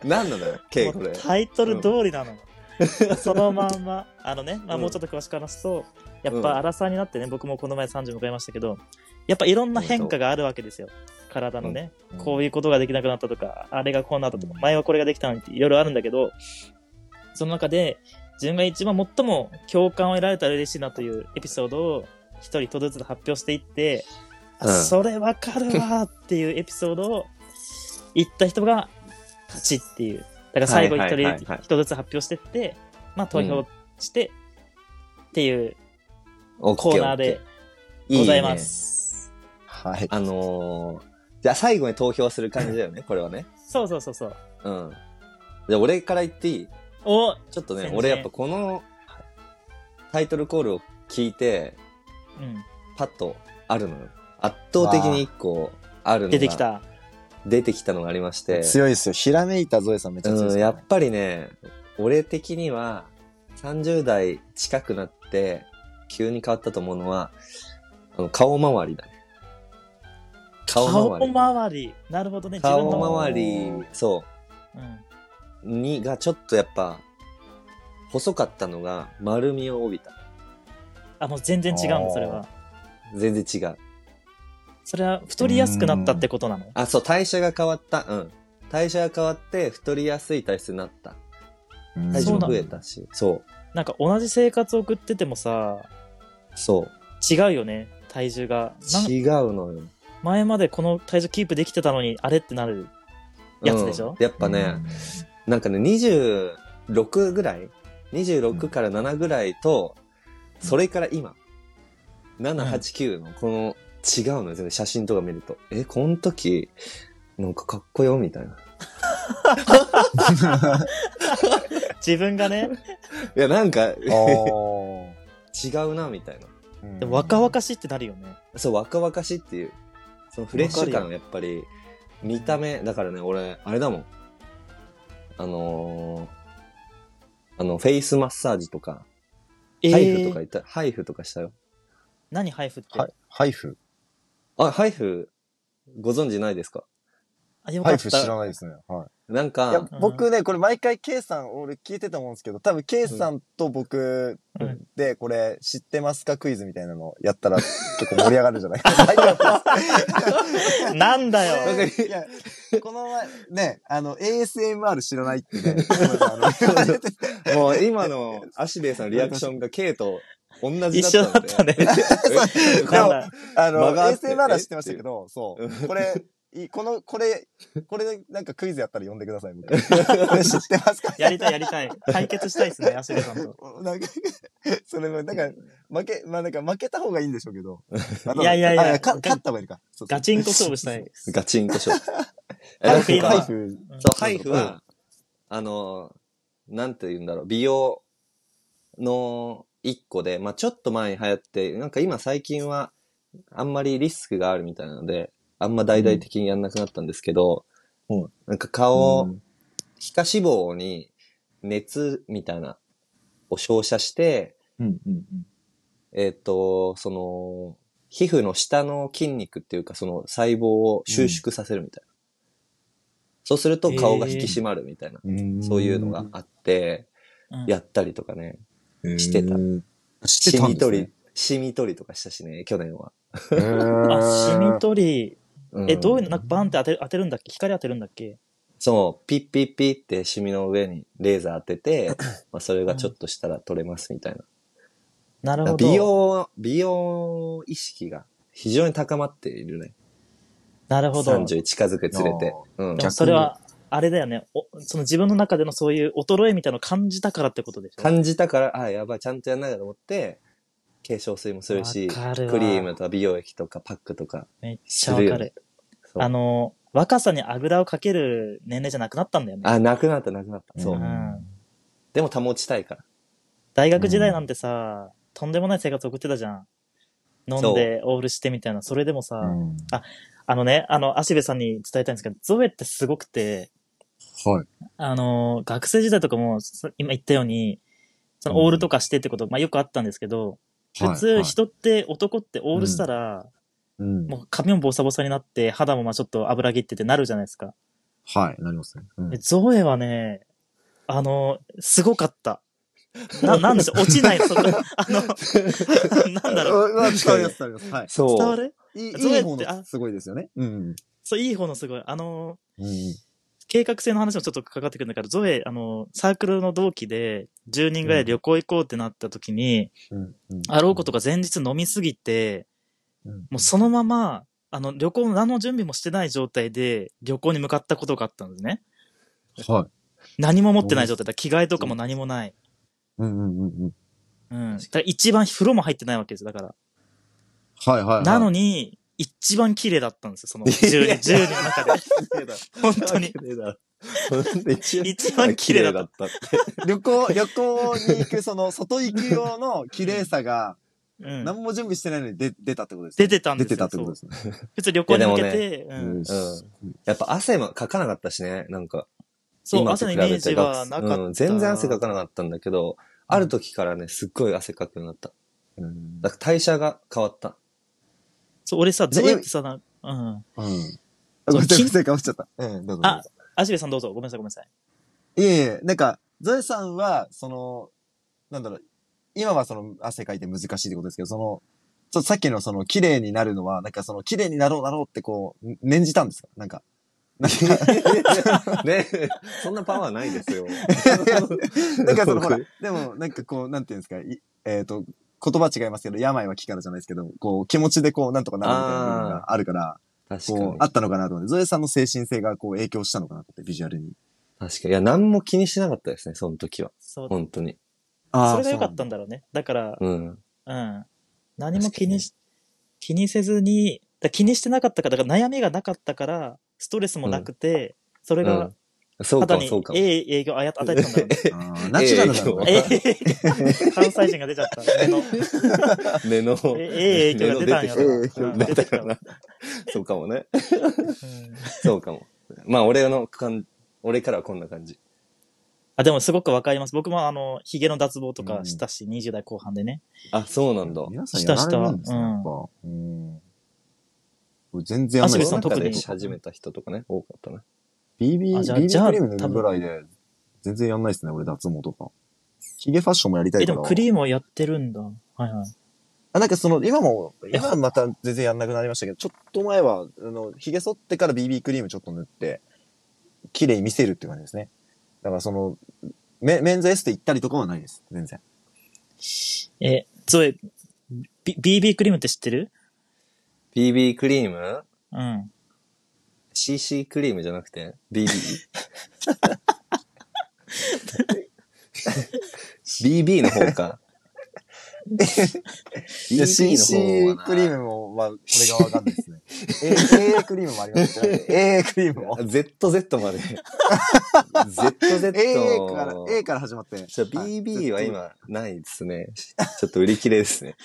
[SPEAKER 1] 何なのよ、ケイ、こ
[SPEAKER 2] もう
[SPEAKER 1] れ。
[SPEAKER 2] タイトル通りな の、そのまんまあのね、まあ、
[SPEAKER 1] うん
[SPEAKER 2] もうちょっと詳しく話すと、やっ
[SPEAKER 1] うん
[SPEAKER 2] ぱ荒さになってね僕もこの前30迎えましたけどやっぱいろんな変化があるわけですよ体のね、こういうことができなくなったとかあれがこうなったとか、
[SPEAKER 3] うん
[SPEAKER 2] 前はこれができたのにっていろいろあるんだけどその中で自分が一番最も共感を得られたら嬉しいなというエピソードを一人一人ずつ発表していって、あ
[SPEAKER 1] うん
[SPEAKER 2] それわかるわーっていうエピソードを言った人が勝ちっていうだから最後一
[SPEAKER 1] はいはいはい
[SPEAKER 2] 人
[SPEAKER 1] はい
[SPEAKER 2] 一人ずつ発表してって、まあ、投票して、っていう
[SPEAKER 1] オッ
[SPEAKER 2] コ
[SPEAKER 1] ケ
[SPEAKER 2] ーナーでございま。
[SPEAKER 1] オッケ
[SPEAKER 2] す。
[SPEAKER 3] はい
[SPEAKER 1] ーいいね。あのー、じゃあ最後に投票する感じだよね、これはね。
[SPEAKER 2] そうそうそうそう。
[SPEAKER 1] うん。じゃあ俺から言っていい
[SPEAKER 2] お
[SPEAKER 1] ちょっとね
[SPEAKER 2] 先、生
[SPEAKER 1] 俺やっぱこのタイトルコールを聞いて、
[SPEAKER 2] うん、
[SPEAKER 1] パッとあるのよ。圧倒的に一個あるのが
[SPEAKER 2] 出てき。た。
[SPEAKER 1] 出てきたのがありまして。
[SPEAKER 3] 強いですよ。ひらめいたゾエさんめっちゃ強いで
[SPEAKER 1] う
[SPEAKER 3] す
[SPEAKER 1] ん、
[SPEAKER 3] よ
[SPEAKER 1] や
[SPEAKER 3] ね
[SPEAKER 1] っぱりね、俺的には30代近くなって急に変わったと思うのは、あの顔周りだね。顔
[SPEAKER 2] 顔
[SPEAKER 1] 周り。
[SPEAKER 2] 周り。なるほどね。自分の。
[SPEAKER 1] 顔周り、そ
[SPEAKER 2] うん
[SPEAKER 1] う、にがちょっとやっぱ、細かったのが丸みを帯びた。
[SPEAKER 2] あ、もう全然違うん
[SPEAKER 3] あ
[SPEAKER 2] だ、
[SPEAKER 3] ー
[SPEAKER 2] それは。
[SPEAKER 1] 全然違う。
[SPEAKER 2] それは太りやすくなったってことなの
[SPEAKER 1] あ、そう、代謝が変わった。うん。代謝が変わって太りやすい体質になった。
[SPEAKER 3] うん
[SPEAKER 1] 体重
[SPEAKER 2] そう
[SPEAKER 1] も
[SPEAKER 2] なん
[SPEAKER 1] 増
[SPEAKER 2] だ
[SPEAKER 1] えたし。そう。
[SPEAKER 2] なんか同じ生活を送っててもさ、
[SPEAKER 1] そう。
[SPEAKER 2] 違うよね、体重が。なん
[SPEAKER 1] 違うのよ。
[SPEAKER 2] 前までこの体重キープできてたのに、あれってなる。やつでしょ
[SPEAKER 1] うんやっぱね、なんかね、26ぐらい ?26 から7ぐらいと、それから今、7、8、9のこの違うのよ、全然写真とか見ると。え、この時、なんかかっこよみたいな。
[SPEAKER 2] 自分がね、
[SPEAKER 1] いや、なんか、
[SPEAKER 3] あー
[SPEAKER 1] 違 うな、みたいな。
[SPEAKER 3] うん
[SPEAKER 2] でも若々しいってなるよね。
[SPEAKER 1] そう、若々しいっていう。そのフレッシュ感、やっぱり、見た目、だからね、俺、あれだもん。あのー、あの、フェイスマッサージとか、ハイフとか
[SPEAKER 2] え
[SPEAKER 1] 言
[SPEAKER 2] ー
[SPEAKER 1] った、ハイフとかしたよ。
[SPEAKER 2] 何配布って。
[SPEAKER 3] は配布
[SPEAKER 1] あ、ハイフ、ご存知ないですか
[SPEAKER 2] あ、よか
[SPEAKER 3] 配
[SPEAKER 2] っ
[SPEAKER 3] 布知ら
[SPEAKER 2] た。
[SPEAKER 3] ないですね。はい。
[SPEAKER 1] なん
[SPEAKER 3] いや
[SPEAKER 1] か、、
[SPEAKER 3] 僕ね、これ毎回 K さん、俺聞いてたもんですけど、多分 K さんと僕
[SPEAKER 2] うん
[SPEAKER 3] で、これ、知ってますかクイズみたいなのやったら、結構盛り上がるんじゃない かな。
[SPEAKER 2] なんだ
[SPEAKER 1] わか
[SPEAKER 2] よ。
[SPEAKER 1] る
[SPEAKER 3] いや、この前、ね、あの、ASMR 知らないってね、あの言われて て
[SPEAKER 1] もう今のアシベイさんのリアクションが K と同じだったんで。
[SPEAKER 2] 一緒だっ たね。
[SPEAKER 1] え。
[SPEAKER 2] わかんない
[SPEAKER 3] あの、
[SPEAKER 1] 間があって
[SPEAKER 3] ASMR は知ってましたけど、そう。これ、いこの、これ、これでなんかクイズやったら呼んでください、 みたいな。これ知ってますか
[SPEAKER 2] やりたい、やりたい。対決したいですね、アシレさんと。
[SPEAKER 3] なんか、 それも、なんか、負け、まあなんか負けた方がいいんでしょうけ ど。
[SPEAKER 2] いやいやいや
[SPEAKER 3] あか勝った方がいいか。そうそう
[SPEAKER 2] ガチンコ勝 負したい。
[SPEAKER 1] ガチンコシ ョー。
[SPEAKER 2] ハイフ
[SPEAKER 1] えなんか
[SPEAKER 3] ハイ
[SPEAKER 2] は
[SPEAKER 1] そ
[SPEAKER 3] フ
[SPEAKER 2] うん
[SPEAKER 1] う、ハイフは、あの、なんて言うんだろう、美容の一個で、まあちょっと前に流行って、なんか今最近は、あんまりリスクがあるみたいなので、あんま大々的にやんなくなったんですけど、
[SPEAKER 3] うん
[SPEAKER 1] なんか顔、皮下脂肪に熱みたいな、を照射して、
[SPEAKER 3] うんうん
[SPEAKER 1] えっ、と、その、皮膚の下の筋肉っていうか、その細胞を収縮させるみたいな。そうすると顔が引き締まるみたいな、
[SPEAKER 3] うん
[SPEAKER 1] そういうのがあって、
[SPEAKER 2] うん
[SPEAKER 1] やったりとかね。してた。
[SPEAKER 3] し
[SPEAKER 1] シミ取り、シミ取りとかしたしね、去年は。
[SPEAKER 3] り。
[SPEAKER 2] あ、シミ
[SPEAKER 3] り。
[SPEAKER 2] 取り。
[SPEAKER 1] うん
[SPEAKER 2] え、どういうのなんかバンって当てる当てるんだっけ光当てるんだっけ
[SPEAKER 1] そう、ピッピッピッってシミの上にレーザー当てて、 まあそれがちょっとしたら取れますみたいな。
[SPEAKER 2] なるほど。
[SPEAKER 1] 美容、美容意識が非常に高まっているね。
[SPEAKER 2] なるほど。で
[SPEAKER 1] 30近づくにつれて。うん。
[SPEAKER 2] もそれは、あれだよね。おその自分の中でのそういう衰えみたいなのを感じたからってことでしょ
[SPEAKER 1] 感じたから、あ、やばい、ちゃんとやんなきゃと思って、化粧水もするし、
[SPEAKER 2] わかるわ
[SPEAKER 1] クリームとか美容液とかパックとか。
[SPEAKER 2] めっちゃわか
[SPEAKER 1] するよ
[SPEAKER 2] る。
[SPEAKER 1] そう
[SPEAKER 2] あの、若さにあぐらをかける年齢じゃなくなったんだよね。
[SPEAKER 1] あ、なくなった、なくなった。そうう。
[SPEAKER 2] ん。
[SPEAKER 1] でも保ちたいから。
[SPEAKER 2] 大学時代なんてさ、とんでもない生活送ってたじゃん。飲んでオールしてみたいな。それでもさ、
[SPEAKER 3] うん
[SPEAKER 2] あのね、あの、足部さんに伝えたいんですけど、ゾエってすごくて、
[SPEAKER 3] はい。
[SPEAKER 2] あの、学生時代とかも、そ今言ったように、そのオールとかしてってこと、まあよくあったんですけど、普
[SPEAKER 3] はいは
[SPEAKER 2] 通
[SPEAKER 3] い
[SPEAKER 2] 人って、男ってオールしたら、
[SPEAKER 3] うん
[SPEAKER 2] もう髪もボサボサになって、肌もまあちょっと油切っててなるじゃないですか。
[SPEAKER 3] はい、なりますね。うん
[SPEAKER 2] でゾエはね、あの、すごかった。な、なんでしょう、落ちない、そこ、あの、 なんだろう。
[SPEAKER 3] うわ伝わります、伝わります。はい。
[SPEAKER 1] そう。
[SPEAKER 2] 伝わる
[SPEAKER 3] いい
[SPEAKER 2] そう
[SPEAKER 3] い
[SPEAKER 2] や
[SPEAKER 3] い
[SPEAKER 2] って
[SPEAKER 3] 方の
[SPEAKER 2] あ
[SPEAKER 3] すごいですよね。うん。
[SPEAKER 2] そう、いい方のすごい。あの、
[SPEAKER 3] うん。
[SPEAKER 2] 計画性の話もちょっとかかってくるんだけど、ゾエ、あの、サークルの同期で、10人ぐらいで旅行行こうってなった時に、
[SPEAKER 3] うん。
[SPEAKER 2] あろうことか前日飲みすぎて、
[SPEAKER 3] うん。
[SPEAKER 2] もうそのまま、あの、旅行の何の準備もしてない状態で、旅行に向かったことがあったんですね。
[SPEAKER 3] はい。
[SPEAKER 2] 何も持ってない状態だ。着替えとかも何もない。
[SPEAKER 3] うんうんうんうん。
[SPEAKER 2] うん。だから一番風呂も入ってないわけです。だから。
[SPEAKER 3] はいはいはい。
[SPEAKER 2] なの
[SPEAKER 3] に、
[SPEAKER 2] に、一番綺麗だったんですよ、その10人、10人の中で。本当に。一番綺麗だっ
[SPEAKER 1] った。
[SPEAKER 3] 旅行、旅行に行く、その、外行き用の綺麗さが、
[SPEAKER 2] うん。
[SPEAKER 3] 何も準備してないのに出出たってことですね
[SPEAKER 2] 出てたんです
[SPEAKER 3] 出
[SPEAKER 2] よ。
[SPEAKER 3] てたってことですね。
[SPEAKER 2] そう普通旅行に向け
[SPEAKER 1] いや
[SPEAKER 2] て、う。
[SPEAKER 3] うん
[SPEAKER 1] やっぱ汗もかかなかったしね、なんか。
[SPEAKER 2] そう、
[SPEAKER 1] 今
[SPEAKER 2] 朝
[SPEAKER 1] と比
[SPEAKER 2] のイ
[SPEAKER 1] べ
[SPEAKER 2] メ
[SPEAKER 1] て
[SPEAKER 2] ージはなかった。
[SPEAKER 1] うん全然汗かかなかったんだけど、ある時からね、すっごい汗かくようになった。
[SPEAKER 3] うん
[SPEAKER 1] だから代謝が変わった。
[SPEAKER 2] そう、俺さ、
[SPEAKER 3] で
[SPEAKER 2] ゾエってさ、なうん。
[SPEAKER 3] うん。あごめんなさい、正解落ちちゃった。うん、どうぞどうぞ。
[SPEAKER 2] あアシベさんどうぞ。ごめんなさい、ごめんなさい。
[SPEAKER 3] いえいえ、なんか、ゾエさんは、その、なんだろう、今はその汗かいて難しいってことですけど、その、ちょさっきのその綺麗になるのは、なんかその綺麗になろうなろうってこう、ん念じたんですかなんか。なんか
[SPEAKER 1] ね、そんなパワーないですよ。
[SPEAKER 3] なんかそのほら、でもなんかこう、なんていうんですか、いえっ、と、言葉違いますけど、病は気からじゃないですけど、こう、気持ちでこう、なんとかなるみたいな部分があるから、
[SPEAKER 1] 確か
[SPEAKER 3] こう
[SPEAKER 1] に、。
[SPEAKER 3] あったのかなと思って、ゾエさんの精神性がこう、影響したのかなと思って、ビジュアルに。
[SPEAKER 1] 確かに。いや、何も気にしなかったですね、その時は。
[SPEAKER 2] そう。
[SPEAKER 1] 本当に。
[SPEAKER 3] あ
[SPEAKER 2] そ
[SPEAKER 3] あ
[SPEAKER 2] れが良かったんだろうね。だから、
[SPEAKER 1] うん。
[SPEAKER 2] うん。何も気にし、気にせずに、だ気にしてなかったから、だから悩みがなかったから、ストレスもなくて、それ
[SPEAKER 1] う
[SPEAKER 2] が
[SPEAKER 1] んそう
[SPEAKER 2] 肌
[SPEAKER 1] か
[SPEAKER 2] に
[SPEAKER 1] そうかも。
[SPEAKER 2] ええ影響与え与えてたん だろうね。
[SPEAKER 3] あーナチュラルなんだな。
[SPEAKER 2] え え関西人が出ちゃ った。
[SPEAKER 1] 根
[SPEAKER 2] 目の
[SPEAKER 1] の、
[SPEAKER 2] ええ影響が出たんやろ
[SPEAKER 1] 根の出
[SPEAKER 2] う
[SPEAKER 1] てきた
[SPEAKER 2] ん。
[SPEAKER 1] 出
[SPEAKER 2] 出てき
[SPEAKER 1] た
[SPEAKER 2] た
[SPEAKER 1] よな。そうかもね。
[SPEAKER 2] うん
[SPEAKER 1] そうかも。まあ、俺の感、俺からはこんな感じ。
[SPEAKER 2] あ、でもすごくわかります。僕もあの、髭の脱帽とかしたし、20代後半でね。
[SPEAKER 1] あ、そうなんだ。
[SPEAKER 3] 皆さんやられるんですね、やっぱ。うん。俺全然やんな
[SPEAKER 2] 橋
[SPEAKER 3] いで
[SPEAKER 2] 口
[SPEAKER 3] す
[SPEAKER 2] さん
[SPEAKER 1] コロナ禍
[SPEAKER 2] 特に
[SPEAKER 1] でし始めた人とかね、多かったな。
[SPEAKER 3] BB、
[SPEAKER 2] あじゃあ
[SPEAKER 3] BB
[SPEAKER 2] じゃあ
[SPEAKER 3] クリーム塗るぐらいで、全然やんないですね、俺脱毛とか。ヒゲファッションもやりたい
[SPEAKER 2] え、
[SPEAKER 3] か
[SPEAKER 2] で
[SPEAKER 3] ら。
[SPEAKER 2] もクリームをやってるんだ。はいはい。
[SPEAKER 3] あ、なんかその、今も、
[SPEAKER 2] や
[SPEAKER 3] 今はまた全然やんなくなりましたけど、ちょっと前は、あの、髭剃ってから BB クリームちょっと塗って、綺麗に見せるっていう感じですね。だからその、メメンズエステ行ったりとかはないです、全然。
[SPEAKER 2] え、つえ、B- BB クリームって知ってる
[SPEAKER 1] BB クリーム
[SPEAKER 2] うん。
[SPEAKER 1] ?CC クリームじゃなくて ?BB? BB の方か。
[SPEAKER 3] いや、
[SPEAKER 1] BB の
[SPEAKER 3] CC
[SPEAKER 1] 方はな
[SPEAKER 3] クリームも、まあ、俺がわかんないですね。A, A クリームもありますよ、ね。A クリームも。
[SPEAKER 1] ZZ まで。ZZ。
[SPEAKER 3] A から、A から始まって。
[SPEAKER 1] じゃあ BB は今ないですね。ちょっと売り切れですね。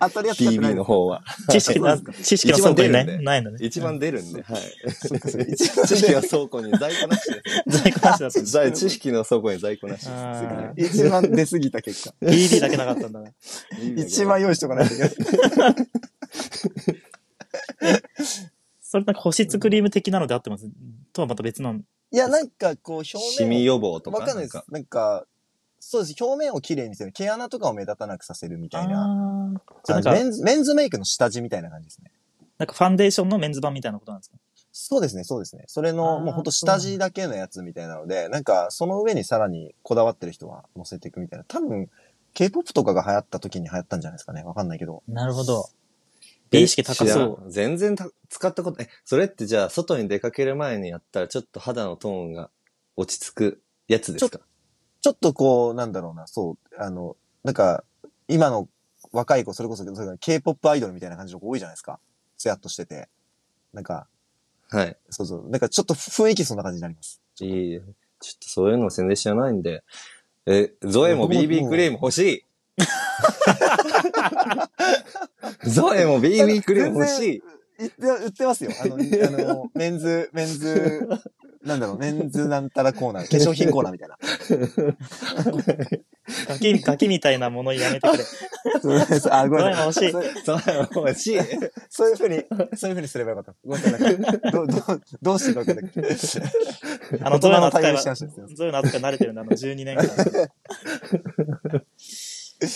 [SPEAKER 3] 当たりやすくない
[SPEAKER 1] BB
[SPEAKER 3] の
[SPEAKER 1] の方は。
[SPEAKER 2] 知識
[SPEAKER 3] そう
[SPEAKER 2] の、
[SPEAKER 3] です
[SPEAKER 2] 知識の倉庫に
[SPEAKER 1] 一番出るん
[SPEAKER 2] ね、
[SPEAKER 1] で
[SPEAKER 2] ないのね。
[SPEAKER 1] 一番出るんで。はい。
[SPEAKER 3] そっかそっか
[SPEAKER 1] 知識は倉庫に在庫なし ですね
[SPEAKER 2] うん。 在庫なしだったんです。
[SPEAKER 1] 在。知識の倉庫に在庫な しです。
[SPEAKER 2] あー
[SPEAKER 3] 一番出過ぎた結果。
[SPEAKER 2] BB だけなかったんだな。
[SPEAKER 3] 一番用意しとかないといけない。
[SPEAKER 2] それなんか保湿クリーム的なので合ってますとはまた別なの。
[SPEAKER 3] いや、なんかこう、表
[SPEAKER 1] シミ
[SPEAKER 3] 面
[SPEAKER 1] 予防と
[SPEAKER 3] を、
[SPEAKER 1] か。
[SPEAKER 3] わかんないです。なんか、そうです。表面を綺麗にする。毛穴とかを目立たなくさせるみたいな。
[SPEAKER 2] ああ。じゃあ
[SPEAKER 3] あ
[SPEAKER 2] なんか、な
[SPEAKER 3] のメンズ、メンズメイクの下地みたいな感じですね。
[SPEAKER 2] んかファンデーションのメンズ版みたいなことなんですか
[SPEAKER 3] そうですね、そうですね。それ
[SPEAKER 2] あ
[SPEAKER 3] の、
[SPEAKER 2] ー
[SPEAKER 3] もうほんと下地だけのやつみたいなので、なんか、その上にさらにこだわってる人は乗せていくみたいな。多分、K-POP とかが流行った時に流行ったんじゃないですかね。わかんないけど。
[SPEAKER 2] なるほど。
[SPEAKER 1] え
[SPEAKER 2] 美意識高
[SPEAKER 1] 知ら
[SPEAKER 2] そ
[SPEAKER 1] ん全然た使ったこと、え、それってじゃあ、外に出かける前にやったら、ちょっと肌のトーンが落ち着くやつですか
[SPEAKER 3] ちょっとこう、なんだろうな、そう、あの、なんか、今の若い子、それこそ、それから K-POP アイドルみたいな感じの子多いじゃないですか。ツヤっとしてて。なんか、
[SPEAKER 1] はい。
[SPEAKER 3] そうそう。なんかちょっと雰囲気そんな感じになります。
[SPEAKER 1] いい。ちょっとそういうの宣伝知らないんで。え、ゾエも
[SPEAKER 3] 僕も
[SPEAKER 1] BB クリーム欲 しいゾエも BB クリーム欲しい
[SPEAKER 3] いって、売ってますよ。あ の、あの、メンズ、メンズ、なんだろう、メンズなんたらコーナー、化粧品コーナーみ たいな。
[SPEAKER 2] う。ガキ、ガキみたいなものやめてくれ。
[SPEAKER 3] そうですあ、ごめんなさ
[SPEAKER 2] そう
[SPEAKER 3] い。
[SPEAKER 2] いうの
[SPEAKER 3] そ
[SPEAKER 1] ゾ
[SPEAKER 3] う
[SPEAKER 1] エも欲しい
[SPEAKER 3] そういうふうに、そういうふうにすればよかった。ごめんなさい。なんかどう、どう、どうしてるか分かんない
[SPEAKER 2] あの、ゾヨの扱い
[SPEAKER 3] 大人の対応
[SPEAKER 2] は、
[SPEAKER 3] し
[SPEAKER 2] ゾ
[SPEAKER 3] て
[SPEAKER 2] ヨ
[SPEAKER 3] ましたよ
[SPEAKER 2] の扱い慣れてるんだ、あの、12年間。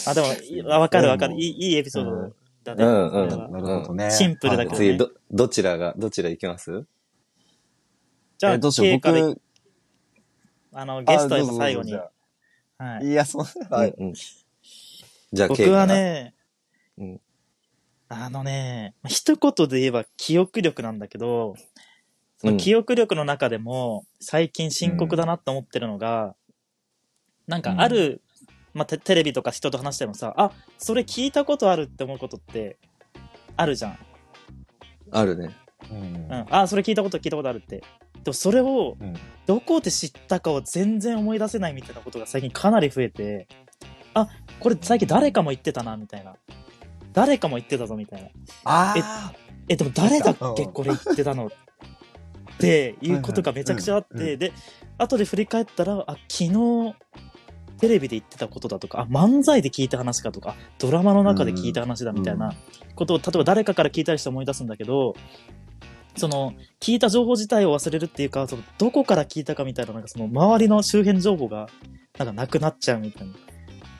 [SPEAKER 2] あ、でもい、あわかるわかる。いい、いいエピソードだね。
[SPEAKER 1] うん
[SPEAKER 2] これ
[SPEAKER 1] うん
[SPEAKER 2] は
[SPEAKER 3] なるほどね。
[SPEAKER 2] シンプルだけどね
[SPEAKER 1] 次、ど、どちらが、どちら行きます
[SPEAKER 2] じゃ
[SPEAKER 3] え
[SPEAKER 2] あ、
[SPEAKER 3] どうしよ
[SPEAKER 2] 経
[SPEAKER 3] う、
[SPEAKER 2] 過で、
[SPEAKER 3] 僕、
[SPEAKER 2] あの、ゲストは
[SPEAKER 3] あど
[SPEAKER 2] や
[SPEAKER 3] う
[SPEAKER 2] っ
[SPEAKER 3] ぞ
[SPEAKER 2] ぱ最後に。
[SPEAKER 3] どう
[SPEAKER 2] は
[SPEAKER 3] ぞじゃあい
[SPEAKER 2] い。
[SPEAKER 3] や、そんな、はい。
[SPEAKER 1] うんうんじゃあ、
[SPEAKER 2] 僕はね
[SPEAKER 1] うん、
[SPEAKER 2] あのね、一言で言えば記憶力なんだけど、
[SPEAKER 1] ケイかな、うん
[SPEAKER 2] 記憶力の中でも最近深刻だなって思ってるのが、なんかある、まあ、テテレビとか人と話してもさあそれ聞いたことあるって思うことってあるじゃん、
[SPEAKER 1] あるね。
[SPEAKER 3] うん
[SPEAKER 2] うん、あそれ聞いたこと聞いたことあるってでもそれを
[SPEAKER 3] うん
[SPEAKER 2] どこで知ったかを全然思い出せないみたいなことが最近かなり増えてあこれ最近誰かも言ってたなみたいな誰かも言ってたぞみたいな
[SPEAKER 3] あ
[SPEAKER 2] えでも誰だっけ
[SPEAKER 3] うん
[SPEAKER 2] これ言ってたのっていうことがめちゃくちゃあって、
[SPEAKER 3] はいはいうん
[SPEAKER 2] で後で振り返ったらあ昨日テレビで言ってたことだとかあ漫才で聞いた話かとかあドラマの中で聞いた話だみたいなことを、例えば誰かから聞いたりして思い出すんだけどその聞いた情報自体を忘れるっていうかそのどこから聞いたかみたいななんかその周りの周辺情報がなんかなくなっちゃうみたいな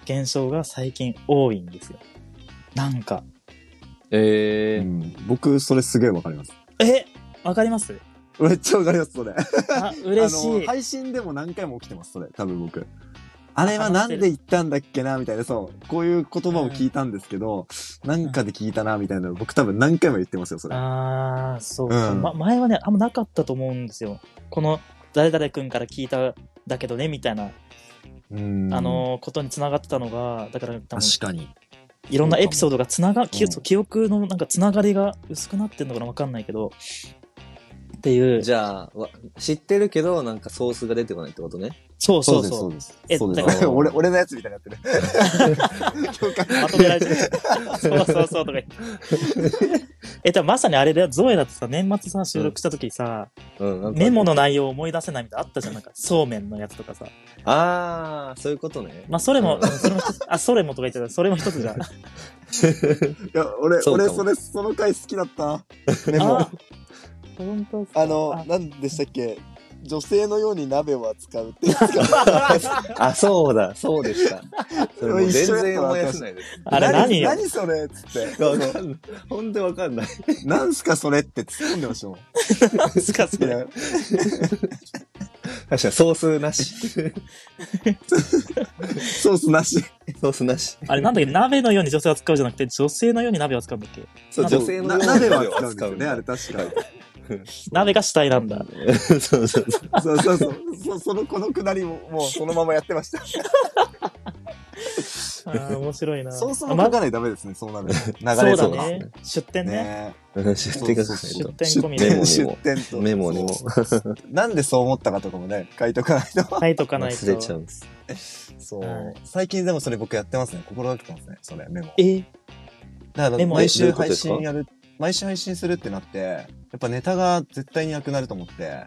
[SPEAKER 2] 現象が最近多いんですよ。なんか
[SPEAKER 1] え
[SPEAKER 3] ー、
[SPEAKER 1] ー
[SPEAKER 3] うん僕、それすげえわかります。
[SPEAKER 2] えわかります
[SPEAKER 3] めっちゃわかります、そ れ。
[SPEAKER 2] あ、嬉し
[SPEAKER 3] あ
[SPEAKER 2] い
[SPEAKER 3] の。配信でも何回も起きてます、それ。多分僕。あれはなんで言ったんだっけな、みたいな、そう。こういう言葉を聞いたんですけど、なんかで聞いたな、みたいなの僕多分何回も言ってますよ、それ。
[SPEAKER 2] ああ、そうか、
[SPEAKER 3] うん
[SPEAKER 2] ま。前はね、あんまなかったと思うんですよ。この、誰々君から聞いただけどね、みたいな、
[SPEAKER 3] うん
[SPEAKER 2] あ、のーことにつながってたのが、だから多分、
[SPEAKER 3] 確かに。
[SPEAKER 2] いろんなエピソードがつなが、
[SPEAKER 3] う
[SPEAKER 2] 記
[SPEAKER 3] ん
[SPEAKER 2] 記憶のなんかつながりが薄くなってんのかなわかんないけど、っていう。
[SPEAKER 1] じゃあ、わ知ってるけど、なんかソースが出てこないってことね。
[SPEAKER 2] そうそうそう。
[SPEAKER 3] そうです、
[SPEAKER 2] え
[SPEAKER 3] そうです。
[SPEAKER 1] だ
[SPEAKER 3] そう
[SPEAKER 1] か
[SPEAKER 3] です
[SPEAKER 1] ら
[SPEAKER 3] 俺、俺のやつみたいになっ てる。共感
[SPEAKER 2] まとめられてる。そうそうそうとか言って。え、多分まさにあれだよ、ゾエだってさ、年末さ、収録した時さ、
[SPEAKER 1] うん、なんか
[SPEAKER 2] メモの内容を思い出せないみたいなのあったじゃん、なんか、そうめんのやつとかさ。
[SPEAKER 1] ああ、そういうことね。
[SPEAKER 2] まあ、それも、
[SPEAKER 1] うん
[SPEAKER 2] それも一つ、あ、それもとか言っちゃった、それも一つじゃ ん。
[SPEAKER 3] いや、俺、
[SPEAKER 1] そうか
[SPEAKER 3] 俺、
[SPEAKER 1] も
[SPEAKER 3] それ、その回好きだった。で
[SPEAKER 2] あ
[SPEAKER 3] も、あ、
[SPEAKER 2] 本当
[SPEAKER 3] の、何でしたっけ女性のように鍋は使うってやつが
[SPEAKER 1] あ、そうだ、そうで した。それもう全然思い出せないです。
[SPEAKER 2] あれ何よ。
[SPEAKER 3] 何それっ つって。
[SPEAKER 1] わかんない。ほんとわかんない。
[SPEAKER 3] なんすかそれって突っ込んでましたもん。
[SPEAKER 2] 何ですか、そ
[SPEAKER 3] い
[SPEAKER 2] れ。
[SPEAKER 3] や
[SPEAKER 1] 確かにソースな し。
[SPEAKER 3] ソースなし。
[SPEAKER 1] ソースなし。
[SPEAKER 2] あれなんだっけ、鍋のように女性を扱うじゃなくて、女性のように鍋を扱うんだっけ。
[SPEAKER 1] そう、
[SPEAKER 2] 鍋
[SPEAKER 1] 女性の
[SPEAKER 3] な鍋は使うんです
[SPEAKER 1] 使
[SPEAKER 3] よ
[SPEAKER 1] う
[SPEAKER 3] ね、あれ確かに。
[SPEAKER 2] 鍋が主体なんだ。
[SPEAKER 1] そうそうそう。
[SPEAKER 3] そうそうそう。そその、このくだりも、 もうそのままやってました。
[SPEAKER 2] あー面白いな。
[SPEAKER 3] そうそう
[SPEAKER 2] あ
[SPEAKER 3] 書
[SPEAKER 2] ま
[SPEAKER 3] かないとダメですね、そうなる。流
[SPEAKER 2] そ
[SPEAKER 3] れ
[SPEAKER 2] うだ
[SPEAKER 3] そうな
[SPEAKER 2] ね。出店ね。
[SPEAKER 3] ね
[SPEAKER 1] 知ってください
[SPEAKER 2] 出
[SPEAKER 1] と。
[SPEAKER 2] 店込み
[SPEAKER 1] メモ
[SPEAKER 2] で。
[SPEAKER 1] に
[SPEAKER 3] 出
[SPEAKER 1] も
[SPEAKER 3] 店と。
[SPEAKER 1] メモにも
[SPEAKER 3] なんでそう思ったかとかもね、書いとかないと。
[SPEAKER 2] 書いとかないと。
[SPEAKER 1] 忘れちゃうんです。
[SPEAKER 3] そう、
[SPEAKER 2] はい
[SPEAKER 3] 最近でもそれ僕やってますね。心がけてますね。それ、メモ。
[SPEAKER 2] え
[SPEAKER 3] だから
[SPEAKER 2] メモ
[SPEAKER 1] ど
[SPEAKER 3] 毎
[SPEAKER 1] うい
[SPEAKER 3] 週
[SPEAKER 1] うこと
[SPEAKER 3] 配
[SPEAKER 1] ですか
[SPEAKER 3] 信やる、毎週配信するってなって、やっぱネタが絶対になくなると思って、